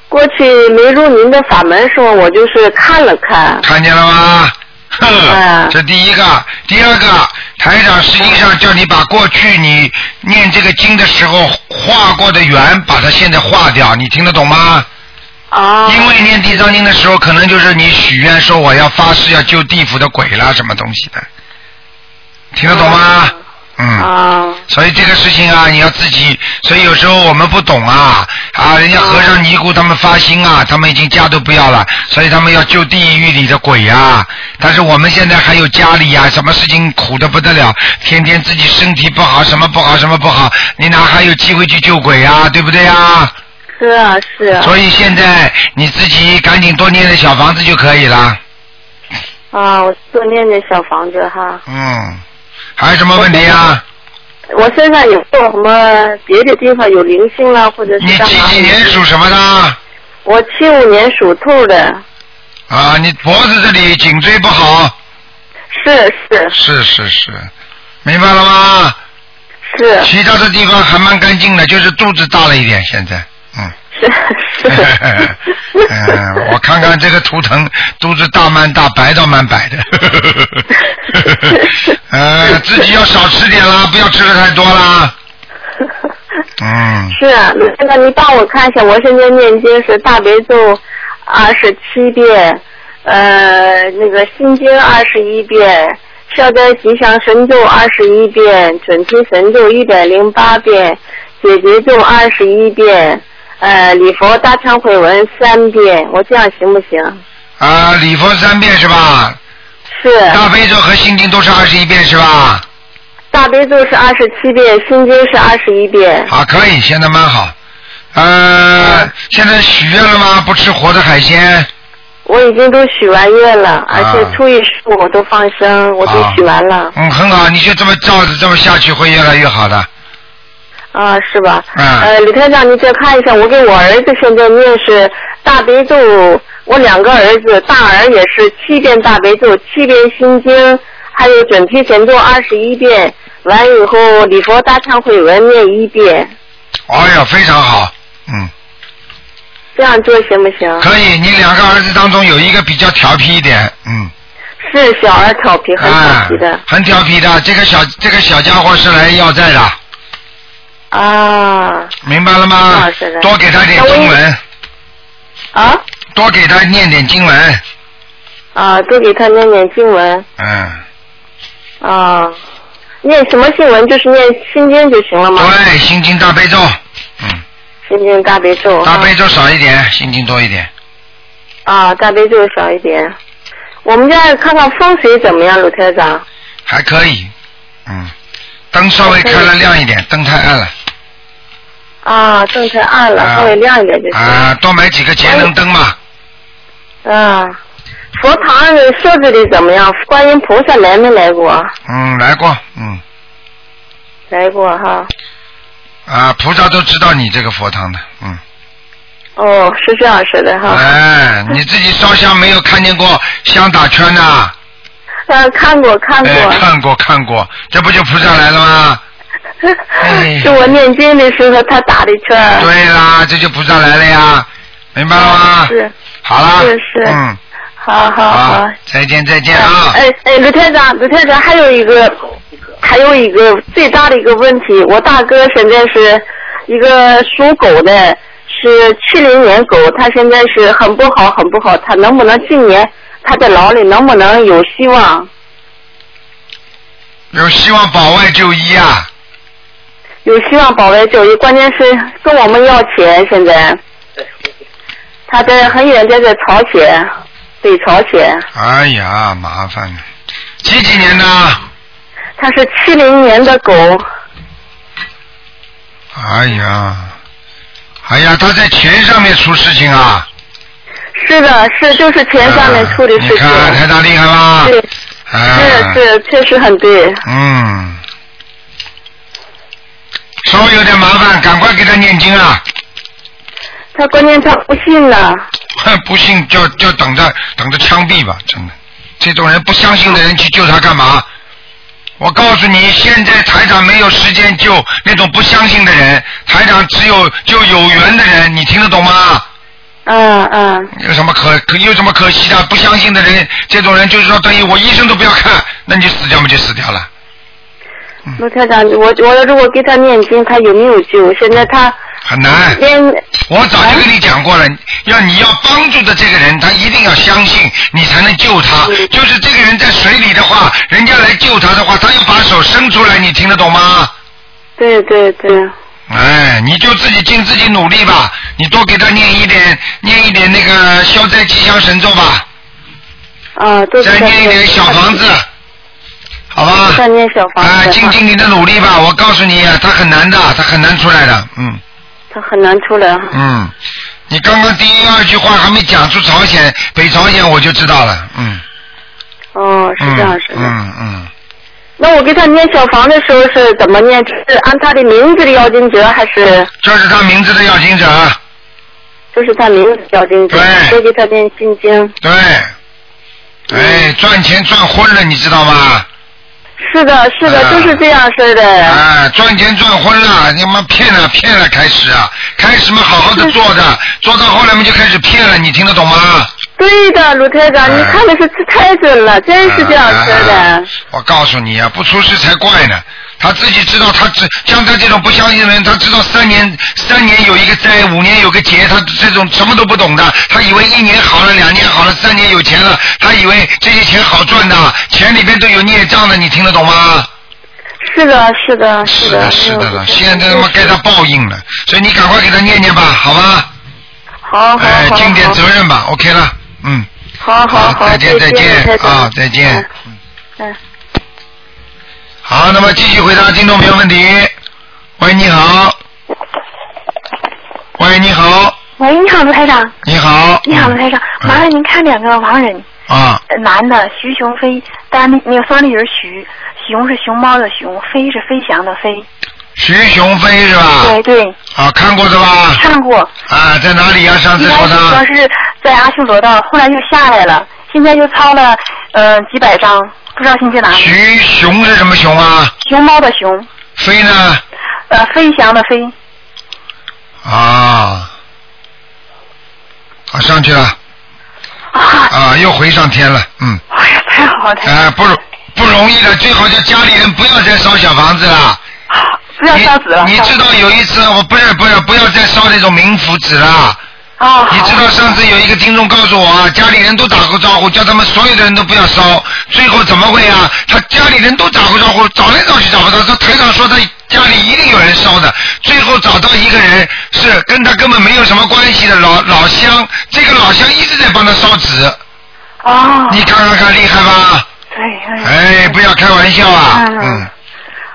B: 过去没入您的法门时候，我就是看了看，
A: 看见了吗？哼，
D: 嗯
B: 哎
A: 这第一个，第二个，台长实际上叫你把过去你念这个经的时候画过的圆，把它现在画掉，你听得懂吗？
B: 啊，
A: 因为念地藏经的时候，可能就是你许愿说我要发誓要救地府的鬼啦，什么东西的，听得懂吗？嗯，
B: 啊。
A: 所以这个事情啊，你要自己，所以有时候我们不懂啊，啊，人家和尚尼姑他们发心啊，他们已经家都不要了，所以他们要救地狱里的鬼啊。但是我们现在还有家里啊，什么事情苦的不得了，天天自己身体不好，什么不好，什么不好，你哪还有机会去救鬼啊？对不对啊？
B: 是啊，是啊，
A: 所以现在你自己赶紧多念点小房子就可以了。
B: 啊，我多念念小房子哈。
A: 嗯，还有什么问题啊？
B: 我身上有没有什么别的地方有灵性啦，或者
A: 你
B: 是干
A: 几
B: 嘛？
A: 几年属什么的？
B: 我七五年属兔的，
A: 啊，你脖子这里颈椎不好，
B: 是是
A: 是是是，明白了吗？
B: 是
A: 其他的地方还蛮干净的，就是肚子大了一点，现在， 嗯。
B: 是是。
A: 嗯，我 看看这个图腾，肚子大蛮大，白倒蛮白的。 呃，自己要少吃点啦，不要吃的太多啦。嗯。
B: 是啊，那个你帮我看一下，我现在念经是大悲咒二十七遍，呃，那个心经二十一遍，消灾吉祥神咒二十一遍，准提神咒一百零八遍，解结咒二十一遍，呃，礼佛大忏悔文三遍，我这样行不行？
A: 啊、礼佛三遍是吧？
B: 是
A: 大悲咒和心经都是二十一遍是吧？
B: 大悲咒是二十七遍，心经是二十一遍，
A: 好，可以，现在蛮好。呃
B: 嗯，
A: 现在许愿了吗？不吃活的海鲜。
B: 我已经都许完愿了，而
A: 啊
B: 且初一十五我都放生，我都
A: 啊
B: 许完了。
A: 嗯，很好，你就这么照着这么下去，会越来越好的。
B: 啊，是吧？
A: 嗯
B: 呃，李台长，你再看一下，我给我儿子现在念是大悲咒我两个儿子，大儿也是七遍大悲咒，七遍心经，还有准提神咒二十一遍，完以后礼佛大忏悔文念一遍，
A: 哎呀，非常好，嗯，
B: 这样做行不行？
A: 可以。你两个儿子当中有一个比较调皮一点，嗯，
B: 是小儿调皮，很调皮的
A: 啊、很调皮的，这个小这个小家伙是来要债的，
B: 啊
A: 明白了吗
B: 啊是的？
A: 多给他点经文，
B: 啊
A: 多给他念点经文，
B: 啊！多给他念念经文
A: 嗯，
B: 啊，念什么经文？就是念心经就行了吗？
A: 对，心经大悲咒，嗯，
B: 心经大悲咒啊
A: 大悲咒少一点，心经多一点。
B: 啊，大悲咒少一点。我们家看看风水怎么样，鲁台长？
A: 还可以，嗯，灯稍微开了亮一点，灯太暗了。
B: 啊，灯太暗了，
A: 啊
B: 稍微亮一点就行。
A: 啊，多买几个节能灯嘛。
B: 啊，佛堂的设置的怎么样？观音菩萨来没来过？
A: 嗯，来过，嗯，
B: 来过哈。
A: 啊，菩萨都知道你这个佛堂的，嗯，
B: 哦，是这样式的哈。
A: 哎，你自己烧香没有看见过香打圈呐、
B: 嗯，看过看过，
A: 哎，看过看过，这不就菩萨来了吗？哎
B: 是我念经的时候他打的圈儿。
A: 对啦，这就菩萨来了呀，明白了吗？
B: 是，
A: 好啦，
B: 是是
A: 嗯，
B: 好好好
A: 好。，再见再见啊。
B: 哎哎，卢台长，卢台长，还有一个，还有一个最大的一个问题，我大哥现在是一个属狗的，是七零年狗，他现在是很不好，很不好，他能不能今年他在牢里能不能有希望？
A: 有希望保外就医啊，
B: 有希望保外就医，关键是跟我们要钱，现在他在很远在在朝鲜，北朝鲜，
A: 哎呀，麻烦了。几几年的？
B: 他是七零年的狗，
A: 哎呀，哎呀，他在钱上面出事情啊！
B: 是的，是就是钱上面出的事
A: 啊你
B: 情。
A: 看台长厉害吧？
B: 对，
A: 啊、
B: 是是，确实很对。
A: 嗯，稍微有点麻烦，赶快给他念经啊！
B: 他关键他不信了，
A: 哼 不信就就等着等着枪毙吧，真的。这种人不相信的人去救他干嘛？我告诉你，现在台长没有时间救那种不相信的人，台长只有救有缘的人，你听得懂吗？
B: 嗯嗯，
A: 有什么可可有什么可惜的？不相信的人，这种人就是说等于我医生都不要看，那你就死掉嘛，就死掉了。
B: 卢台长，我我如果给他念经，他有没有救？现在他
A: 很难，
B: 连
A: 我早就跟你讲过了，要你要帮助的这个人，他一定要相信，你才能救他。
B: 嗯
A: 就是这个人在水里的话，人家来救他的话，他要把手伸出来，你听得懂吗？
B: 对对对，
A: 哎，你就自己尽自己努力吧，你多给他念一点，念一点那个消灾吉祥神咒吧，
B: 啊，都是
A: 再
B: 在
A: 念一点小房子，好吧？
B: 再念小房
A: 啊，
B: 子
A: 尽
B: 啊，
A: 尽你的努力吧，我告诉你，啊他很难的，他很难出来的，嗯
B: 他很难出来。
A: 嗯。你刚刚第一二句话还没讲出朝鲜、北朝鲜，我就知道了，嗯。
B: 哦，是这样
A: 嗯
B: 是的。
A: 嗯嗯，
B: 那我给他念小房的时候是怎么念？是按他的名字的要经者，还是
A: 这是他名字的要经者，
B: 就是他名字的要经者？
A: 对
B: 都给他念心经。
A: 对。
B: 嗯
A: 哎，赚钱赚昏了，你知道吗？
B: 是的，是的，
A: 啊
B: 都是这样式的。
A: 啊，赚钱赚昏了，你妈骗了骗了，开始啊，开始嘛好好的做的，做到后来嘛就开始骗了，你听得懂吗？
B: 对的，卢台长，
A: 哎
B: 你看的是太准了，真是这样式
A: 啊
B: 的。
A: 我告诉你啊，不出事才怪呢。他自己知道，他知像他这种不相信的人，他知道三年三年有一个灾，五年有个劫，他这种什么都不懂的，他以为一年好了，两年好了，三年有钱了，他以为这些钱好赚的，钱里边都有孽障的，你听得懂吗？
B: 是的，是的，
A: 是
B: 的，
A: 是的
B: 哎
A: 了，
B: 呦
A: 现在他妈该他报应了，所以你赶快给他念念吧，好吧？
B: 好好
A: 哎，
B: 好，
A: 尽点责
B: 好
A: 任吧，OK 了，嗯，
B: 好好好，
A: 再见
B: 再
A: 见
B: 台长
A: 啊，再见。
B: 嗯嗯，
A: 好，那么继续回答听众朋友问题。喂，你好。喂，你好，
C: 喂，你好，卢台长。
A: 你好。
C: 你好，卢台长，
A: 嗯
C: 麻烦您看两个亡人，
A: 啊，
C: 呃男的徐雄飞，当然那那个双立人徐，熊是熊猫的熊，飞是飞翔的飞。
A: 徐雄飞是吧？
C: 对对，
A: 啊，看过的吧？
C: 看过。
A: 啊，在哪里啊？上次
C: 一
A: 说
C: 开始说
A: 的。
C: 是
E: 在阿修罗道，后来又下来了，现在又抄了呃几百张，不知道星期哪里。
A: 徐熊是什么熊啊？
E: 熊猫的熊，
A: 飞呢？
E: 呃，飞翔的飞，
A: 啊，啊上去了，
E: 啊，
A: 啊又回上天了，嗯，
E: 哎呀，太好了，太好了
A: 哎不容不容易了，最好叫家里人不要再烧小房子了。
E: 不要烧纸了，
A: 你你
E: 烧
A: 知道有一次，我不是不是不要再烧那种冥府纸了。
E: 啊，
A: 你
E: 好
A: 知道上次有一个听众告诉我啊，家里人都打过招呼，叫他们所有的人都不要烧，最后怎么会啊？他家里人都打过招呼，找来找去找不到，说台长说他家里一定有人烧的，最后找到一个人是跟他根本没有什么关系的老老乡，这个老乡一直在帮他烧纸，
E: 哦啊，
A: 你看看看厉害吧？
E: 对，哎
A: 哎，不要开玩笑啊，嗯，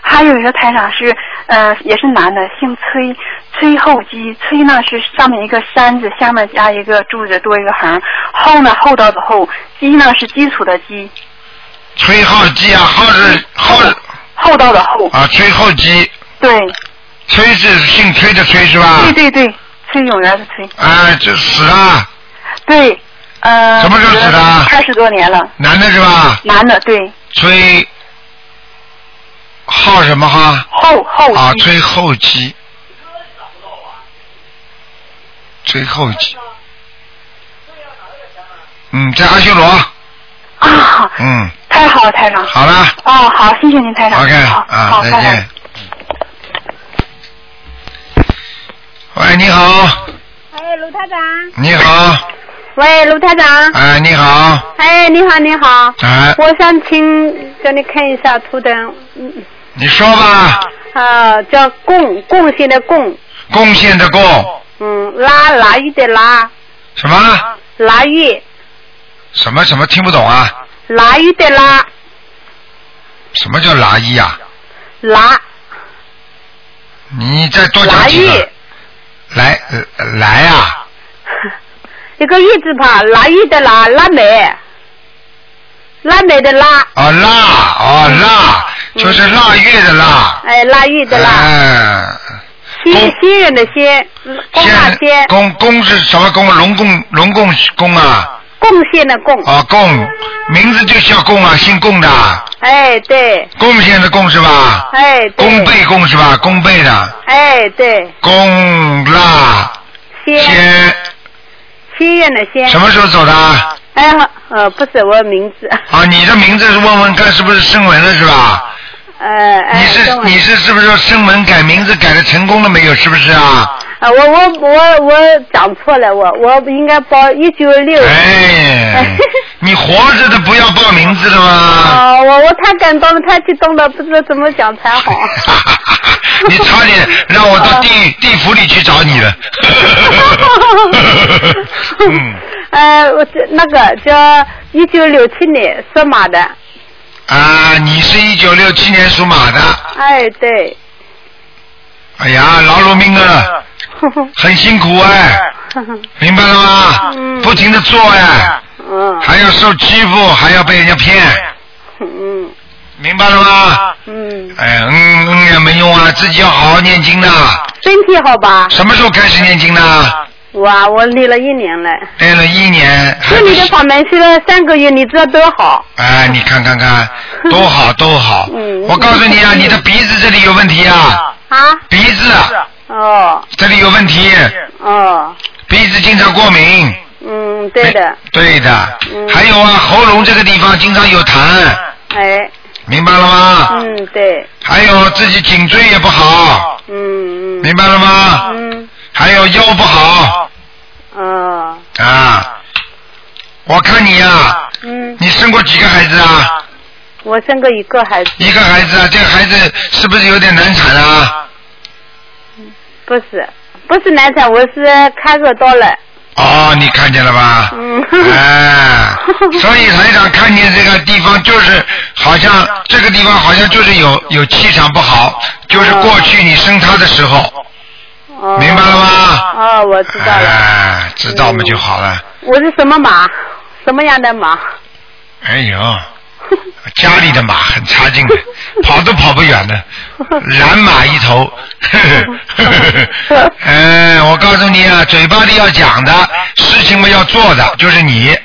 E: 还有一个台长是，呃，也是男的，姓崔，崔后基，崔呢是上面一个山字，下面加一个柱子，多一个横，后呢厚道的厚，基呢是基础的基，
A: 吹号机啊，号
E: 嗯
A: 是号是
E: 厚道的厚，
A: 啊，吹后机，
E: 对，
A: 吹是姓崔的崔是吧？
E: 对对对，崔永元的崔，
A: 啊，这死了，
E: 对，呃，
A: 什么时候死的啊
E: 二十多年了，
A: 男的是吧？
E: 男的，对，
A: 吹号什么号？
E: 后后
A: 啊，
E: 基，
A: 吹后期，吹后期。嗯，在阿修罗。
E: 啊，
A: 嗯，
E: 太好了，台长，
A: 好了
E: 哦，好，谢谢您，台长
A: ，OK，
E: 好，
A: 啊，
E: 好，
A: 再
E: 台长
A: 见。喂，你好，
D: 哎，卢台长。
A: 你好，
D: 喂，卢台长。
A: 哎，你好，
D: 哎，你好，你好。
A: 哎，
D: 我想请叫你看一下图腾，嗯，
A: 你说吧，
D: 啊，叫贡贡献的贡，
A: 贡献的贡，
D: 嗯，拉拉玉的拉，
A: 什么
D: 拉玉，
A: 什么什么听不懂啊？
D: 拉玉的拉，
A: 什么叫拿一啊？
D: 拉
A: 你再多哦讲
D: 拉
A: 几
D: 玉，
A: 个。来呃来啊！
D: 一个玉字旁，拉玉的拉，拉美，拉美的拉，
A: 哦腊哦腊，就是腊月的腊。
D: 哎，拉玉嗯的拉，
A: 嗯。
D: 新
A: 公
D: 新人的新，贡大
A: 现
D: 仙，
A: 公公是什么公？龙共龙共公啊！
D: 贡献的贡，
A: 哦共，名字就叫共啊，姓共的啊，
D: 哎，对，
A: 贡献的贡是吧？
D: 哎，
A: 公
D: 对，
A: 倍贡是吧？公倍的
D: 哎，对，
A: 公腊
D: 仙，
A: 先
D: 新人的仙。
A: 什么时候走的啊？
D: 哎，呃，不是我的名字，
A: 啊，你的名字是问问看是不是声纹了是吧？
D: 呃，哎，
A: 你是
D: 跟我
A: 你是是不是说声纹改名字改的成功了没有？是不是啊？
D: 啊，我我我我讲错了，我我应该报一九六，
A: 哎，你活着的不要报名字了吗？
D: 啊，我我太感动了，太激动了，不知道怎么讲才好。
A: 你差点让我
D: 哦
A: 到地地府里去找 你了。 嗯，
D: 呃，我这那个叫一九六七年属马的，
A: 啊，你是一九六七年属马的，
D: 哎，对，
A: 哎呀，劳碌命啊，很辛苦哎，明白了吗？
D: 嗯
A: 不停的做哎，
D: 嗯
A: 还要受欺负，还要被人家骗，
D: 嗯
A: 明白了吗？
D: 嗯，
A: 哎，嗯嗯也没用啊，自己要好好念经的。
D: 身体好吧？
A: 什么时候开始念经的？
D: 哇，我练了一年了，
A: 练了一年，还
D: 这
A: 不
D: 里的
A: 是
D: 法门修了三个月，你知道多好？
A: 哎，你看看看，都好都好。
D: 嗯
A: 我告诉你啊，你的鼻子这里有问题啊，
D: 啊？
A: 鼻子
D: 哦
A: 这里有问题，
D: 哦，
A: 鼻子经常过敏。
D: 嗯，对的，
A: 对的。
D: 嗯
A: 还有啊，喉咙这个地方经常有痰，
D: 哎，
A: 明白了吗？
D: 嗯，对，
A: 还有自己颈椎也不好，
D: 嗯嗯
A: 明白了吗？
D: 嗯，
A: 还有腰不好
D: 哦，
A: 啊。我看你呀、
D: 嗯，
A: 你生过几个孩子啊？
D: 我生过一个孩子，
A: 一个孩子啊，这个孩子是不是有点难产啊？
D: 不是，不是难产，我是看热到了，
A: 哦，你看见了吧？
D: 嗯
A: 哎，所以台长看见这个地方，就是好像这个地方好像就是有有气场不好，就是过去你生他的时候，
D: 哦，
A: 明白了吗？
D: 哦，我知道了，
A: 哎，知道嘛就好了。
D: 我是什么马，什么样的马？
A: 哎呦，家里的马很差劲的，跑跑都跑不远的，懒马一头。嗯，我告诉你啊，嘴巴里要讲的事情嘛要做的，就是你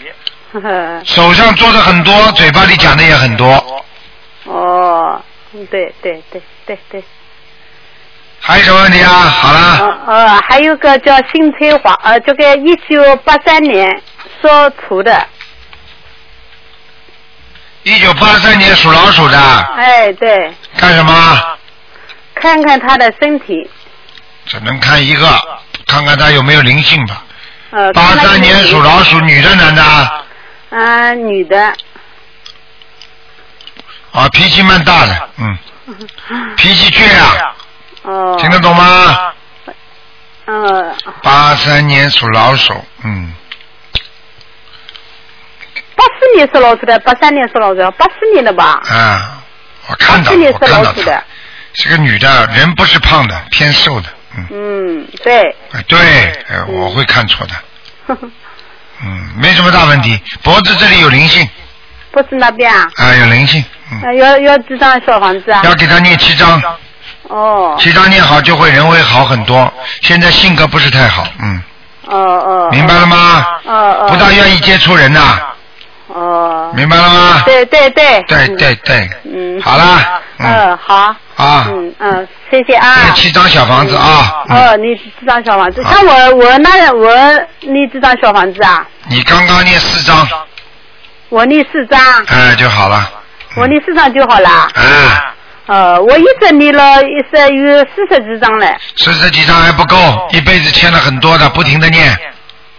A: 手上做的很多，嘴巴里讲的也很多。
D: 哦，对对对对对。
A: 还有什么问题啊？好了，
D: 呃呃，还有个叫新翠华，呃，这个一九八三年属兔的，
A: 啊一九八三年属老鼠的，
D: 哎，对，
A: 干什么？
D: 看看他的身体，
A: 只能看一个，看看他有没有灵性吧。
D: 呃，
A: 八
D: 看他
A: 三年属老鼠，女的男的啊？
D: 啊、女的，
A: 啊，脾气蛮大的，嗯，脾气倔啊，
D: 哦，
A: 听得懂吗？
D: 嗯，
A: 八三年属老鼠，嗯，
D: 八四年属老鼠的，八三年属老鼠的，八四年的吧，
A: 啊，我
D: 八
A: 看到
D: 四
A: 了，
D: 年
A: 我
D: 属
A: 看
D: 老
A: 到
D: 鼠
A: 她
D: 的，
A: 是个女的，人不是胖的，偏瘦的，嗯，
D: 嗯，对，嗯
A: 哎对，哎我会看错的，嗯，没什么大问
D: 啊
A: 题，脖子这里有灵性，
D: 不是那边啊，
A: 啊，有灵性，嗯，
D: 呃要要几张小房子啊？
A: 要给他念七章，
D: 哦，
A: 七章念好就会人会好很多，现在性格不是太好，嗯，
D: 哦哦，
A: 明白了吗？
D: 哦哦，
A: 不大愿意接触人呐、
D: 哦，
A: 明白了吗？
D: 啊对对对，
A: 对
D: 嗯
A: 对对，
D: 嗯，
A: 好啦，嗯
D: 嗯，好，
A: 啊，
D: 嗯嗯，谢谢啊
A: 这。七张小房子啊，嗯
D: 哦，你这张小房子，
A: 好
D: 像我我那我你这张小房子啊，
A: 你刚刚念四张，
D: 我那四张，
A: 哎就好了，
D: 我那四张就好啦。
A: 哎，
D: 呃，我一直念了一直有四十几张嘞，
A: 四十几张还不
D: 哦
A: 够，一辈子欠了很多的，不停的念，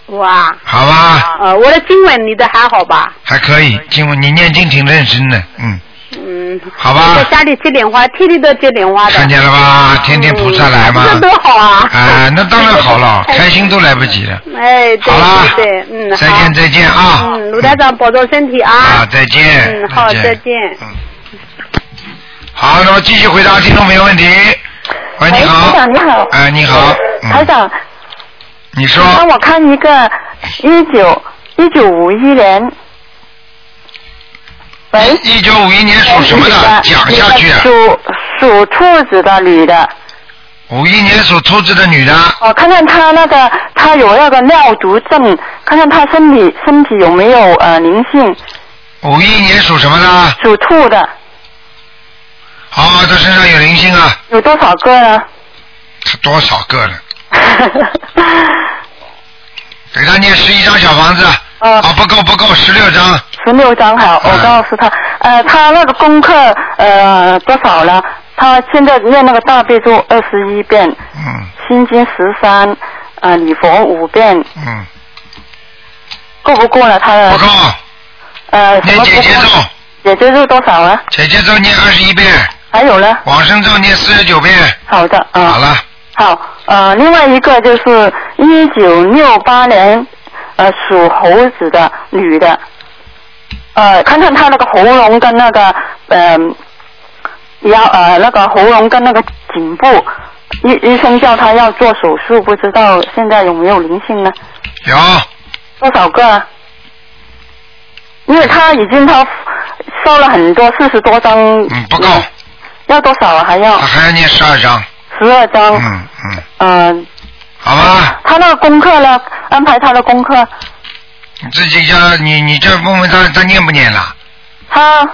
D: 哇，
A: 好吧？
D: 呃，我的经文念的还好吧？
A: 还可以，经文你念经挺认真的，嗯，
D: 嗯，
A: 好
D: 在
A: 吧？
D: 家里接莲花，天天都接莲花的。
A: 看见了吧？天天菩萨来嘛，
D: 这多好啊！
A: 啊，那当然好 了，开心都来不及了。
D: 哎，对
A: 好啦
D: 对对，嗯，好
A: 再见再见啊！
D: 嗯，卢台长保重身体
A: 啊，
D: 啊。
A: 再见。
D: 嗯好再见
A: 嗯。好，那么继续回答听众朋友问题。喂，你好。
C: 台长你好
A: 哎，你好。嗯
C: 台。长，
A: 你说
C: 帮我看一个一九一九五一年。喂，
A: 一九五一年属什么
D: 哎
A: 的？讲下去啊。
C: 属属兔子的女的，
A: 五一年属兔子的女的，
C: 我哦看看她那个，她有那个尿毒症，看看她身体身体有没有呃灵性。
A: 五一年属什么的？
C: 属兔的
A: 哦，她身上有灵性啊，
C: 有多少个呢？
A: 她多少个了？给她念十一张小房子。
C: 呃
A: 啊，不够不够，十六张。
C: 十六张好，
A: 嗯
C: 我告诉他，呃，他那个功课呃多少了？他现在念那个大悲咒二十一遍，
A: 嗯
C: 心经十三，呃，礼佛五遍，
A: 嗯，
C: 够不够了？他
A: 不够，
C: 的呃什
A: 念
C: 么不
A: 姐姐咒
C: 够？，姐姐咒多少啊？
A: 姐姐咒念二十一遍，
C: 还有呢？
A: 往生咒念四十九遍。
C: 好的，嗯、
A: 好了，
C: 好，呃，另外一个就是一九六八年，呃，属猴子的女的，呃，看看她那个喉咙跟那个，嗯、腰呃那个喉咙跟那个颈部，医医生叫她要做手术，不知道现在有没有灵性呢？
A: 有
C: 多少个啊？因为她已经她烧了很多四十多张，
A: 嗯不够，
C: 要多少啊？还要
A: 啊还要念十二张。
C: 十二张，
A: 嗯嗯，
C: 嗯、
A: 好吧，
C: 他那个功课呢？安排他的功课，
A: 你自己叫你你叫问问他他念不念了？
C: 他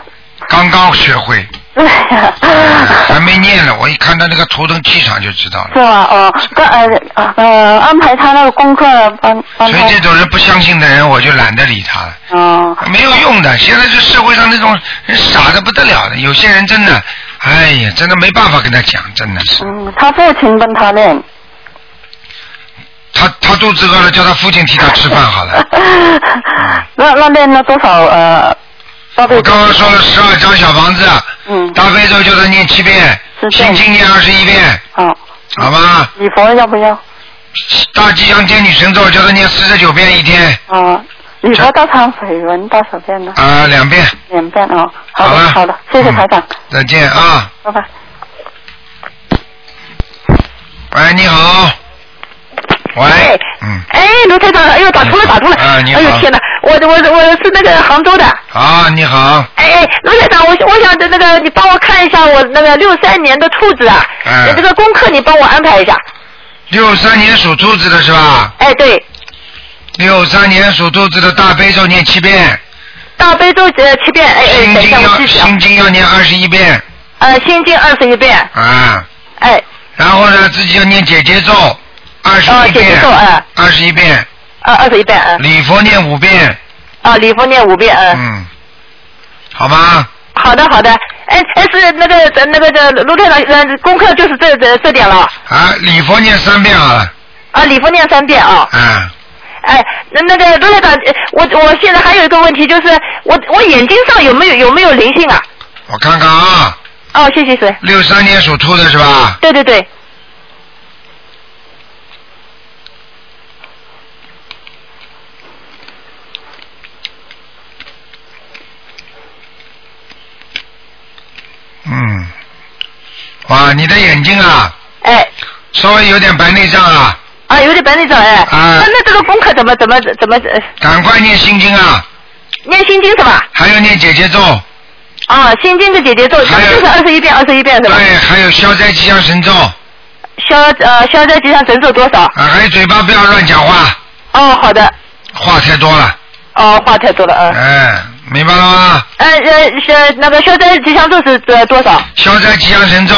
A: 刚刚学会，
C: 对呀、
A: 还没念呢。我一看他那个图腾气场就知道
C: 是
A: 了。
C: 吧？哦，跟呃呃，安排他那个功课呢，帮帮
A: 所以
C: 他，
A: 这种人不相信的人，我就懒得理他了，
C: 嗯、
A: 没有用的。现在这社会上那种人傻的不得了的，有些人真的，哎呀，真的没办法跟他讲，真的是。
C: 嗯，他父亲跟 他练，
A: 他他肚子饿了，叫他父亲替他吃饭好了。
C: 那那练了多少呃？到 底
A: 我刚刚说了十二张小房子，
C: 嗯，
A: 大悲咒叫他念七遍，
C: 是这
A: 心
C: 样
A: 经念二十一遍，
C: 好，
A: 好吗？
C: 哦礼佛要不要？
A: 大吉祥天女神咒叫他念四十九遍一天，
C: 啊、礼
A: 这
C: 佛大忏悔文多少遍呢？
A: 啊、两遍。
C: 两遍啊、哦。好的
A: 了，
C: 好的，谢谢台长，
A: 嗯再见啊！
C: 拜拜。
A: 喂，你好。喂，嗯。
D: 哎，卢台长，哎呦，打通了，打通了！
A: 啊你好
D: 哎呦天哪，我我我是那个杭州的。
A: 啊，你好，
D: 哎哎，卢台长，我我想那个你帮我看一下我那个六三年的兔子啊，
A: 嗯
D: 这个功课你帮我安排一下。
A: 六三年属兔子的是吧？
D: 哎，对，
A: 六三年属兔子的大悲咒念七遍，
D: 大悲咒呃七遍，哎哎，
A: 心
D: 等一
A: 经
D: 下我
A: 要
D: 记起啊。
A: 心经要念二十一遍
D: 呃，心经二十一遍，
A: 啊，
D: 哎，
A: 然后呢自己要念姐姐咒二十
D: 哦
A: 一，
D: 姐姐
A: 遍
D: 咒，哎，
A: 二十一遍，
D: 呃二十一遍，嗯，
A: 礼佛念五遍，
D: 啊，礼佛念五遍，嗯。
A: 嗯，好吗？
D: 好的，好的。哎，哎，是那个呃那个这卢队长，呃，功课就是这这这点了。
A: 啊，礼佛念三遍好了，
D: 啊，礼佛念三遍啊。
A: 啊，
D: 哎，那那个卢队长，呃我我现在还有一个问题，就是我我眼睛上有没有有没有灵性啊？
A: 我看看啊，
D: 哦，谢谢谁？
A: 六三年属兔的是吧？
D: 对对对，
A: 嗯，哇，你的眼睛啊，
D: 哎，
A: 稍微有点白内障啊，
D: 啊，有点白内障哎。
A: 啊
D: 那那这个功课怎么怎么怎么呃
A: 赶快念心经啊，
D: 念心经是吧？
A: 还有念姐姐咒，
D: 啊，心经的姐姐咒，就
A: 还有
D: 是二十一遍，二十一遍是吧？
A: 对，哎还有消灾吉祥神咒，啊，
D: 消呃消灾吉祥神咒多少？
A: 还有嘴巴不要乱讲话，
D: 哦，好的。
A: 话太多了，
D: 哦，话太多了，嗯。
A: 哎，明白了吗？
D: 呃呃是那个消灾吉祥咒是呃多少？
A: 消灾吉祥神咒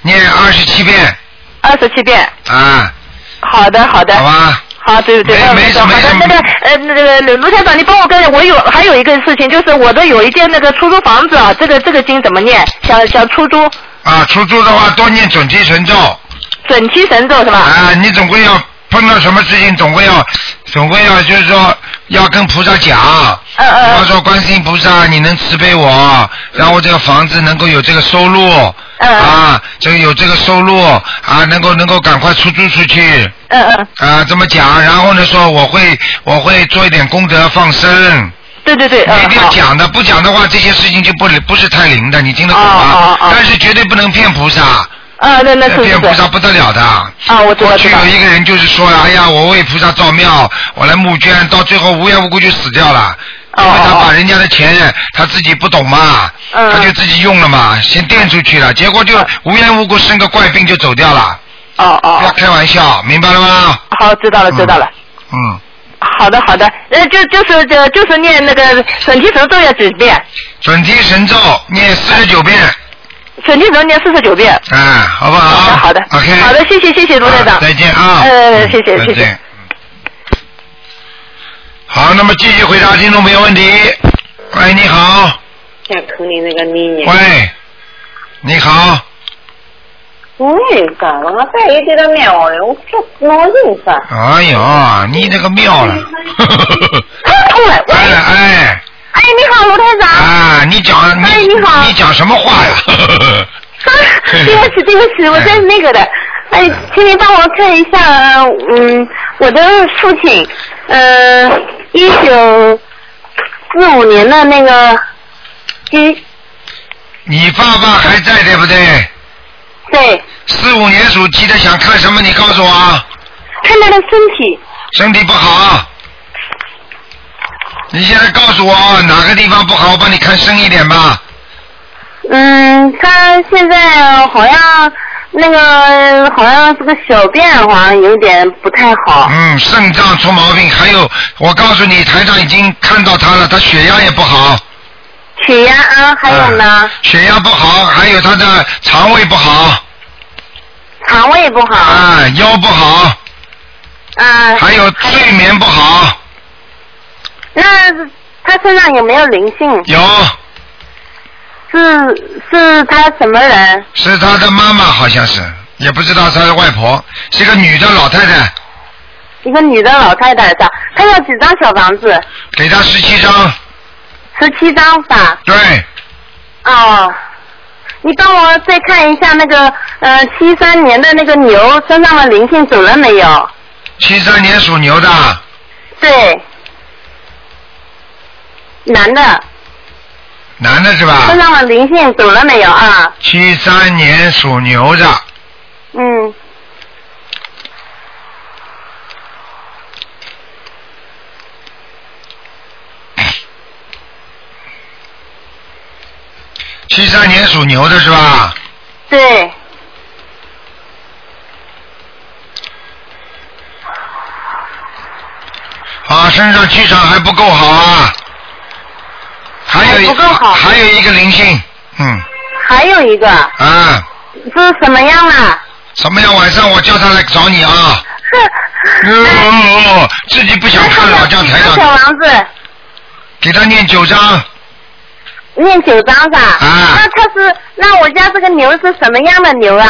A: 念二十七遍
D: 二十七遍。
A: 啊，
D: 好的好的。
A: 好吧？
D: 好，对对对，
A: 没
D: 那我
A: 没
D: 知道
A: 什么
D: 好的，
A: 没
D: 那
A: 什
D: 个
A: 么
D: 呃，那个卢卢台长，你帮我跟我有还有一个事情，就是我的有一间那个出租房子啊，这个这个经怎么念？想想出租
A: 啊，出租的话多念准提神咒
D: 准提神咒是吧？
A: 啊，你总归要碰到什么事情，总归要总归要就是说要跟菩萨讲。
D: 嗯嗯
A: 他
D: 嗯
A: 说：“观世音菩萨，你能慈悲我，让我这个房子能够有这个收入，
D: 嗯
A: 啊，这个有这个收入啊，能够能够赶快出租出去
D: 嗯嗯，
A: 啊，这么讲。然后呢，说我会我会做一点功德放生，
D: 对对对，
A: 你一
D: 嗯
A: 定要
D: 好。
A: 讲的，不讲的话，这些事情就不不是太灵的，你听得懂吗？
D: 哦哦哦
A: 但是绝对不能骗菩萨，
D: 啊，那那是
A: 骗
D: 是
A: 菩
D: 是
A: 萨。不得了的。
D: 啊，我知道
A: 过
D: 知
A: 去
D: 道
A: 有。一个人就是说，哎呀，我为菩萨造庙，我来募捐，到最后无缘无故就死掉了。因
D: 哦
A: 为他
D: 哦
A: 把人家的钱他自己不懂嘛，
D: 嗯
A: 他就自己用了嘛，先垫出去了，结果就无缘无故生个怪病就走掉了。
D: 哦
A: 不要
D: 哦，
A: 开玩笑，明白了吗？
D: 好，知道了知道了。
A: 嗯，
D: 好的好的，呃就就是就就是念那个准提神咒要几遍？
A: 准提神咒念四十九遍，
D: 准提神念四十九遍。
A: 哎，好不好？
D: 好的，嗯好的
A: OK。
D: 好的，谢谢，谢谢卢队
A: 啊
D: 长。
A: 再见啊。
D: 呃，谢谢，
A: 嗯再
D: 谢谢
A: 见。。好，那么继续回答听众朋友问题。喂，你好。
B: 想坑你那个妮妮。
A: 喂，你好，
B: 喂，干了，我再一点点面我我这脑筋噻。
A: 哎呦，你这个妙 了，
B: 喂
A: 哎
B: 喂，
A: 哎
B: 哎，你好，卢台长。
A: 啊，你讲你、
B: 哎你好
A: 你讲什么话呀？
B: 啊对不起，对不起，我在那个的。哎，请你帮我看一下，嗯，我的父亲，呃，一九四五年的那个鸡，
A: 你爸爸还在对不对？
B: 对，
A: 四五年属鸡的想看什么？你告诉我啊，
B: 看他的身体，
A: 身体不好。你现在告诉我啊哪个地方不好，我帮你看深一点吧。
B: 嗯，他现在好像那个好像这个小便好像有点不太好。
A: 嗯，肾脏出毛病，还有我告诉你，台长已经看到他了，他血压也不好。
B: 血压啊，还有呢
A: 嗯，血压不好，还有他的肠胃不好，
B: 肠胃不好，
A: 啊，腰不好，
B: 啊，
A: 还有睡眠不好，
B: 那他身上有没有灵性？
A: 有
B: 是是他什么人？
A: 是他的妈妈好像是，也不知道他的外婆，是个女的老太太，
B: 一个女的老太太的，她要几张小房子？
A: 给他十七张，
B: 十七张吧。
A: 对，
B: 哦，你帮我再看一下那个呃七三年的那个牛身上的灵性走了没有？
A: 七三年属牛的，
B: 对，男的
A: 男的是吧
B: 身？上的灵性走了没有啊？
A: 七三年属
D: 嗯
A: 牛的，
B: 嗯，
A: 三年属牛的是吧？
D: 对，
A: 啊，身上气场还不够好啊，还有一
D: 不够好
A: 还有一个灵性，嗯，
D: 还有一个
A: 啊，
D: 是什么样啊？
A: 什么样？晚上我叫他来找你啊。
D: 哎
A: 嗯哦，自己不想看了，叫台
D: 小
A: 长
D: 房子
A: 给他念九章，
D: 念九张是吧？啊。那他是那我家这个牛是什么样的牛啊？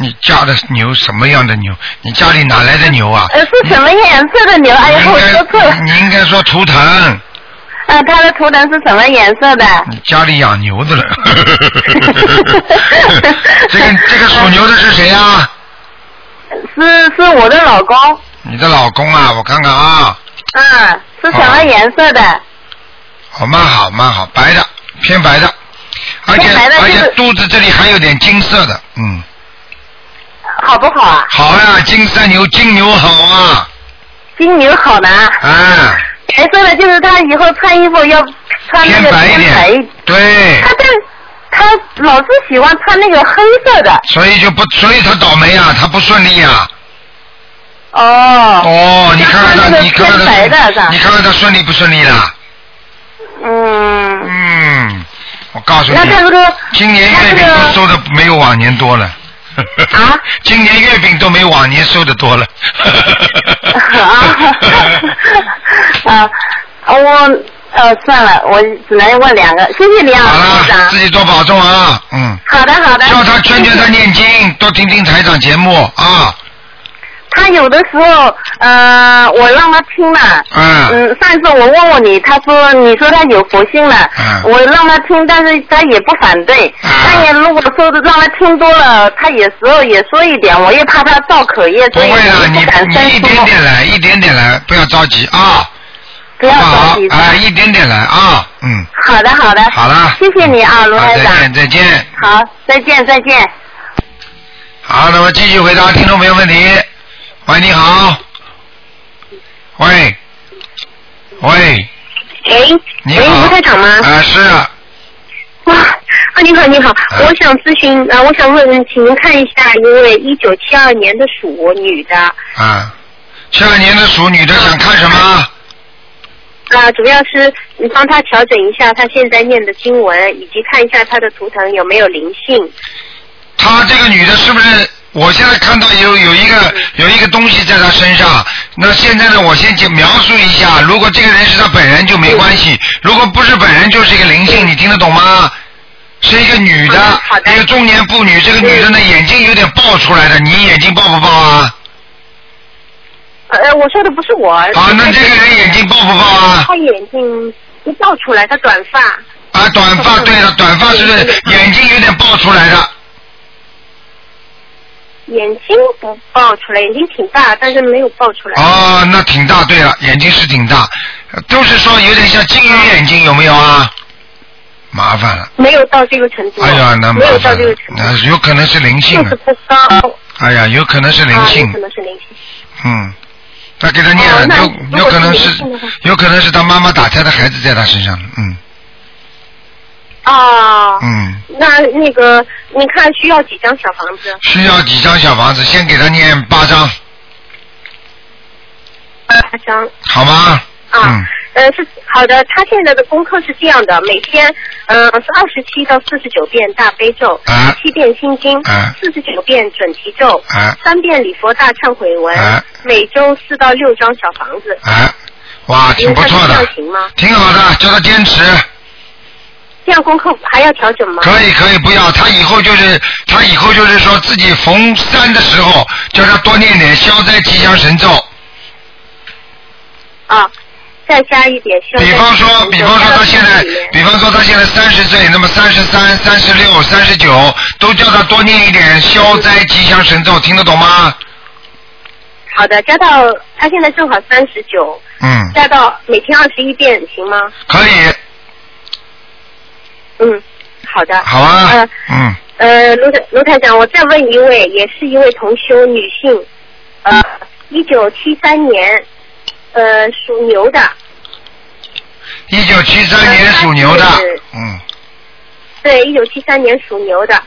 A: 你家的牛什么样的牛？你家里哪来的牛啊？
D: 呃，是什么颜色的牛？哎呀，我说错了。
A: 你应该说图腾，
D: 呃，它的图腾是什么颜色的？
A: 你家里养牛 的了。这个这个属牛的是谁呀、啊
D: 是是我的老公，
A: 你的老公啊，我看看啊，
D: 嗯，是什么颜色的？
A: 哦，蛮好蛮好，白的，偏白的，而且
D: 偏白的
A: 而
D: 就是
A: 且肚子这里还有点金色的，嗯，
D: 好不好啊？
A: 好呀、金三牛金牛好啊，
D: 金牛好呢。
A: 啊，
D: 白色的就是他以后穿衣服要穿那个偏白一点。
A: 对，
D: 他但他老是喜欢穿那个黑色的。
A: 所以就不，所以他倒霉啊，他不顺利啊。
D: 哦。
A: 哦，你看看
D: 那
A: 他，
D: 个
A: 你看看
D: 偏白的是吧
A: 他，你看看他顺利不顺利啦？
D: 嗯。
A: 嗯，我告诉你，
D: 那他 这个
A: 今年月饼都收的没有往年多了。啊！ 今年月饼都没往年收的多了。
D: 啊，我呃算了，我只能问两个，谢谢你啊，台长。
A: 自己多保重啊，嗯。
D: 好的好的。
A: 叫他劝劝他念经，多听听台长节目啊。
D: 他有的时候，呃，我让他听了，
A: 嗯
D: 上一次我问过你，他说你说他有佛性了，
A: 嗯
D: 我让他听，但是他也不反对，
A: 啊
D: 但也如果说让他听多了，他有时候也说一点，我也怕他造口业，所以我也不敢
A: 你一
D: 深
A: 点
D: 说，
A: 点来，一点点来，不要着急啊。
D: 不要着急，
A: 啊，一点点来啊，嗯，
D: 好的好的，
A: 好了
D: 谢谢你啊，卢
A: 好，
D: 台
A: 再
D: 长，
A: 见，再见。
D: 好，再见再见，
A: 好，那么继续回答听众朋友问题。喂，你好。喂，喂，
F: 喂，
A: 你
F: 喂，
A: 好
F: 卢台长吗？
A: 啊，是啊
F: 哇，啊，你好，你好，我想咨询，啊，我想问，请您看一下一位一九七二年的属女的，
A: 啊，七二年的属女的想看什么？
F: 啊，主要是你帮她调整一下她现在念的经文，以及看一下她的图腾有没有灵性。
A: 她这个女的是不是？我现在看到有有一个有一个东西在她身上，那现在呢，我先简描述一下，如果这个人是她本人就没关系，如果不是本人就是一个灵性，你听得懂吗？是一个女的，一个中年妇女，这个女的呢眼睛有点爆出来的，你眼睛爆不爆啊？
F: 呃，我说的不是我。
A: 啊，那这个人眼睛爆不爆啊？
F: 她眼睛一爆出来，她短发。
A: 啊，短发，对了，短发是不是眼睛有点爆出来的？
F: 眼睛不呃爆出来，眼睛挺大，但是没有爆出来。
A: 哦，那挺大，对了，眼睛是挺大，呃都是说有点像金
F: 嗯
A: 鱼眼睛，有没有啊？麻烦了，
F: 没有到这个程度。
A: 哎呀，那麻
F: 没有到
A: 烦
F: 这
A: 了
F: 个程，
A: 那有可能是灵性
F: 度，就是
A: 啊，
F: 不高。
A: 哎呀，有可能是灵
F: 啊
A: 性
F: 有可，能是灵性。
A: 嗯，那给他念
F: 哦
A: 了，
F: 那
A: 有
F: 如
A: 有
F: 果
A: 可能
F: 是灵
A: 是
F: 性的话
A: 有可能是他妈妈打胎的孩子在他身上了，嗯
F: 哦，
A: 嗯，
F: 那那个，你看需要几张小房子？
A: 需要几张小房子？先给他念八张，
F: 八张。
A: 好吗？嗯，
F: 呃，是好的。他现在的功课是这样的，每天，嗯、是二十七到四十九遍大悲咒，
A: 啊
F: 七遍心经
A: 啊，
F: 四十九遍准提咒，
A: 啊
F: 三遍礼佛大忏悔文，
A: 啊
F: 每周四到六张小房子。
A: 哎，哇，挺不错
F: 您看这
A: 的
F: 样，行吗？
A: 挺好的，叫他坚持。
F: 这样功课还要调整吗？
A: 可以可以，不要他以后就是他以后就是说自己逢山的时候，叫他多念点消灾吉祥神咒。
F: 啊，再加一点消灾
A: 比方说，比方说他现在
F: 里面，
A: 比方说他现在三十岁，那么三十三、三十六、三十九，都叫他多念一点消灾吉祥神咒，听得懂吗？
F: 好的，加到他现在正好三十九，
A: 嗯，
F: 加到每天二十一遍行吗？
A: 可以，
F: 嗯，好的。
A: 好啊，嗯，
F: 呃，卢台卢台长，我再问一位，也是一位同修女性，呃，一九七三年，呃，属牛的，
A: 一九七三年属牛的，嗯，
F: 对，对，一九七三年属牛的，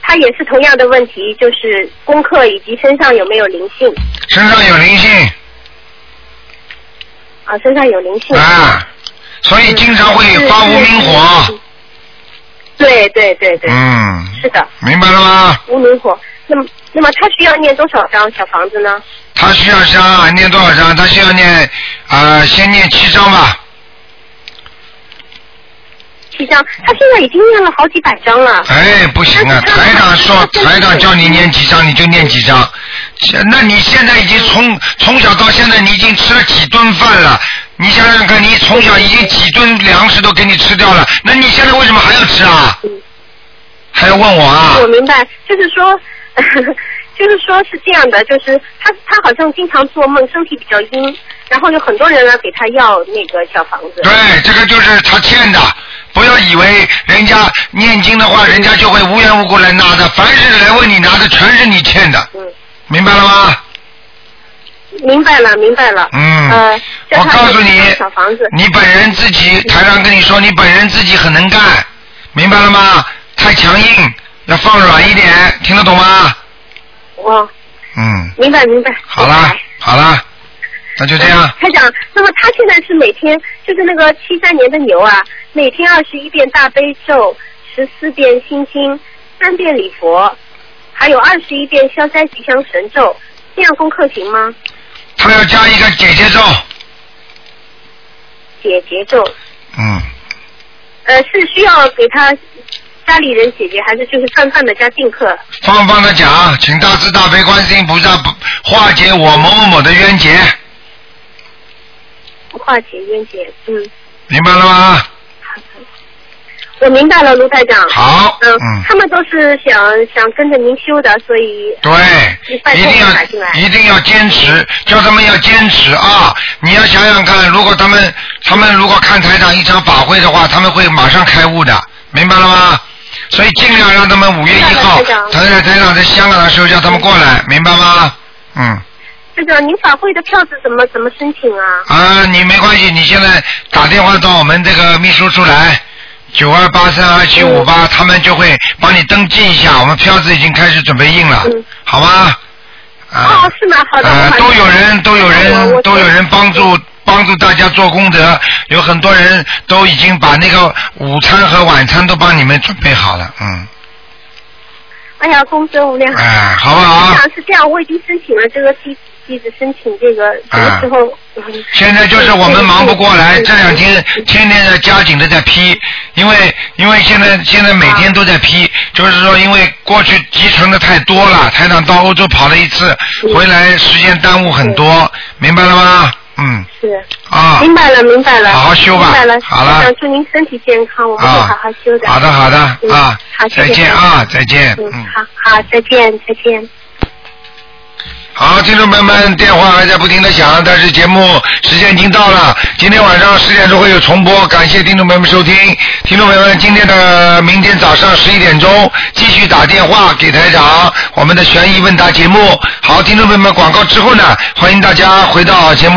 F: 他也是同样的问题，就是功课以及身上有没有灵性
A: 身上有灵性
F: 啊，身上有灵性。
A: 啊，所以经常会发无名火。
F: 对对对对，
A: 嗯，
F: 是的，
A: 明白了吗？
F: 无名火。那么，那么他需要念多少张小房子呢？
A: 他需要张念多少张？他需要念啊、呃先念七张吧。
F: 七张，他现在已经念了好几百张了。
A: 哎，不行啊！台长说，台长叫你念几张你就念几张。那你现在已经从从小到现在，你已经吃了几顿饭了？你想想看，你从小已经几顿粮食都给你吃掉了，那你现在为什么还要吃啊？还要问我啊？
F: 我明白，就是说， 就是说是这样的，就是他他好像经常做梦，身体比较阴，然后有很多人来给他要那个小房子。
A: 对，这个就是他欠的。不要以为人家念经的话，人家就会无缘无故来拿的。凡是来问你拿的，全是你欠的。明白了吗？
F: 明白了，明白了。
A: 嗯
F: 呃，叫
A: 我
F: 他
A: 告诉
F: 念
A: 你
F: 几张小房子。
A: 你本人自己，台上跟你说，你本人自己很能干，明白了吗？太强硬，要放软一点，听得懂吗？
F: 哦，
A: 嗯，
F: 明白明白。
A: 好啦，好啦，那就这样。
F: 台长，那么他现在是每天就是那个七三年的牛啊，每天二十一遍大悲咒，十四遍心经，三遍礼佛，还有二十一遍消灾吉祥神咒，这样功课行吗？
A: 他要加一个姐姐咒，
F: 解结咒，
A: 嗯，
F: 呃，是需要给他家里人解决，还是就是泛泛的加进课？
A: 放放的讲，请大慈大悲观世音菩萨化解我某某某的冤结，
F: 化解冤结，嗯，
A: 明白了吗？
F: 我明白了，卢台长。
A: 好
F: 嗯，
A: 嗯
F: 他们都是想想跟着您修的，所以
A: 对，
F: 你拜
A: 一
F: 托
A: 定
F: 我打进来
A: 要。一定要坚持，叫他们要坚持啊！你要想想看，如果他们他们如果看台长一场法会的话，他们会马上开悟的，明白了吗？所以尽量让他们五月一号，台长台长在香港的时候叫他们过来，明白吗？嗯，
F: 这个您法会的票子怎么怎么申请啊？
A: 啊，你没关系，你现在打电话到我们这个秘书处来，九二八三二七五
F: 嗯
A: 八，他们就会帮你登记一下，我们票子已经开始准备印了，好吗？啊、
F: 嗯哦，是吗？好的，
A: 呃，
F: 好的
A: 都有人都有人都有人帮
F: 嗯
A: 助帮助大家做功德，有很多人都已经把那个午餐和晚餐都帮你们准备好了，嗯，
F: 哎呀，功德无量。
A: 哎好不好
F: 我想是这样，我已经申请了这个地地址，申请这个什么时候？嗯
A: 啊现在就是我们忙不过来，这两天天天在加紧的在批，因为因为现在现在每天都在批，就是说因为过去集存的太多了，台长到欧洲跑了一次，回来时间耽误很多，明白了吗？嗯，
F: 是
A: 啊
F: 明白了，明白了，
A: 好好修吧
F: 明白了，
A: 好了
F: 台长祝您身体健康，我们会
A: 啊
F: 好好修的。
A: 好的好的
F: 嗯
A: 啊
F: 好，谢谢
A: 再见啊再见
F: 嗯
A: 嗯，
F: 好好，再见，再见。
A: 好，听众朋友们，电话还在不停的响，但是节目时间已经到了。今天晚上十点钟会有重播，感谢听众朋友们收听。听众朋友们，今天的明天早上十一点钟继续打电话给台长，我们的悬疑问答节目。好，听众朋友们，广告之后呢，欢迎大家回到节目。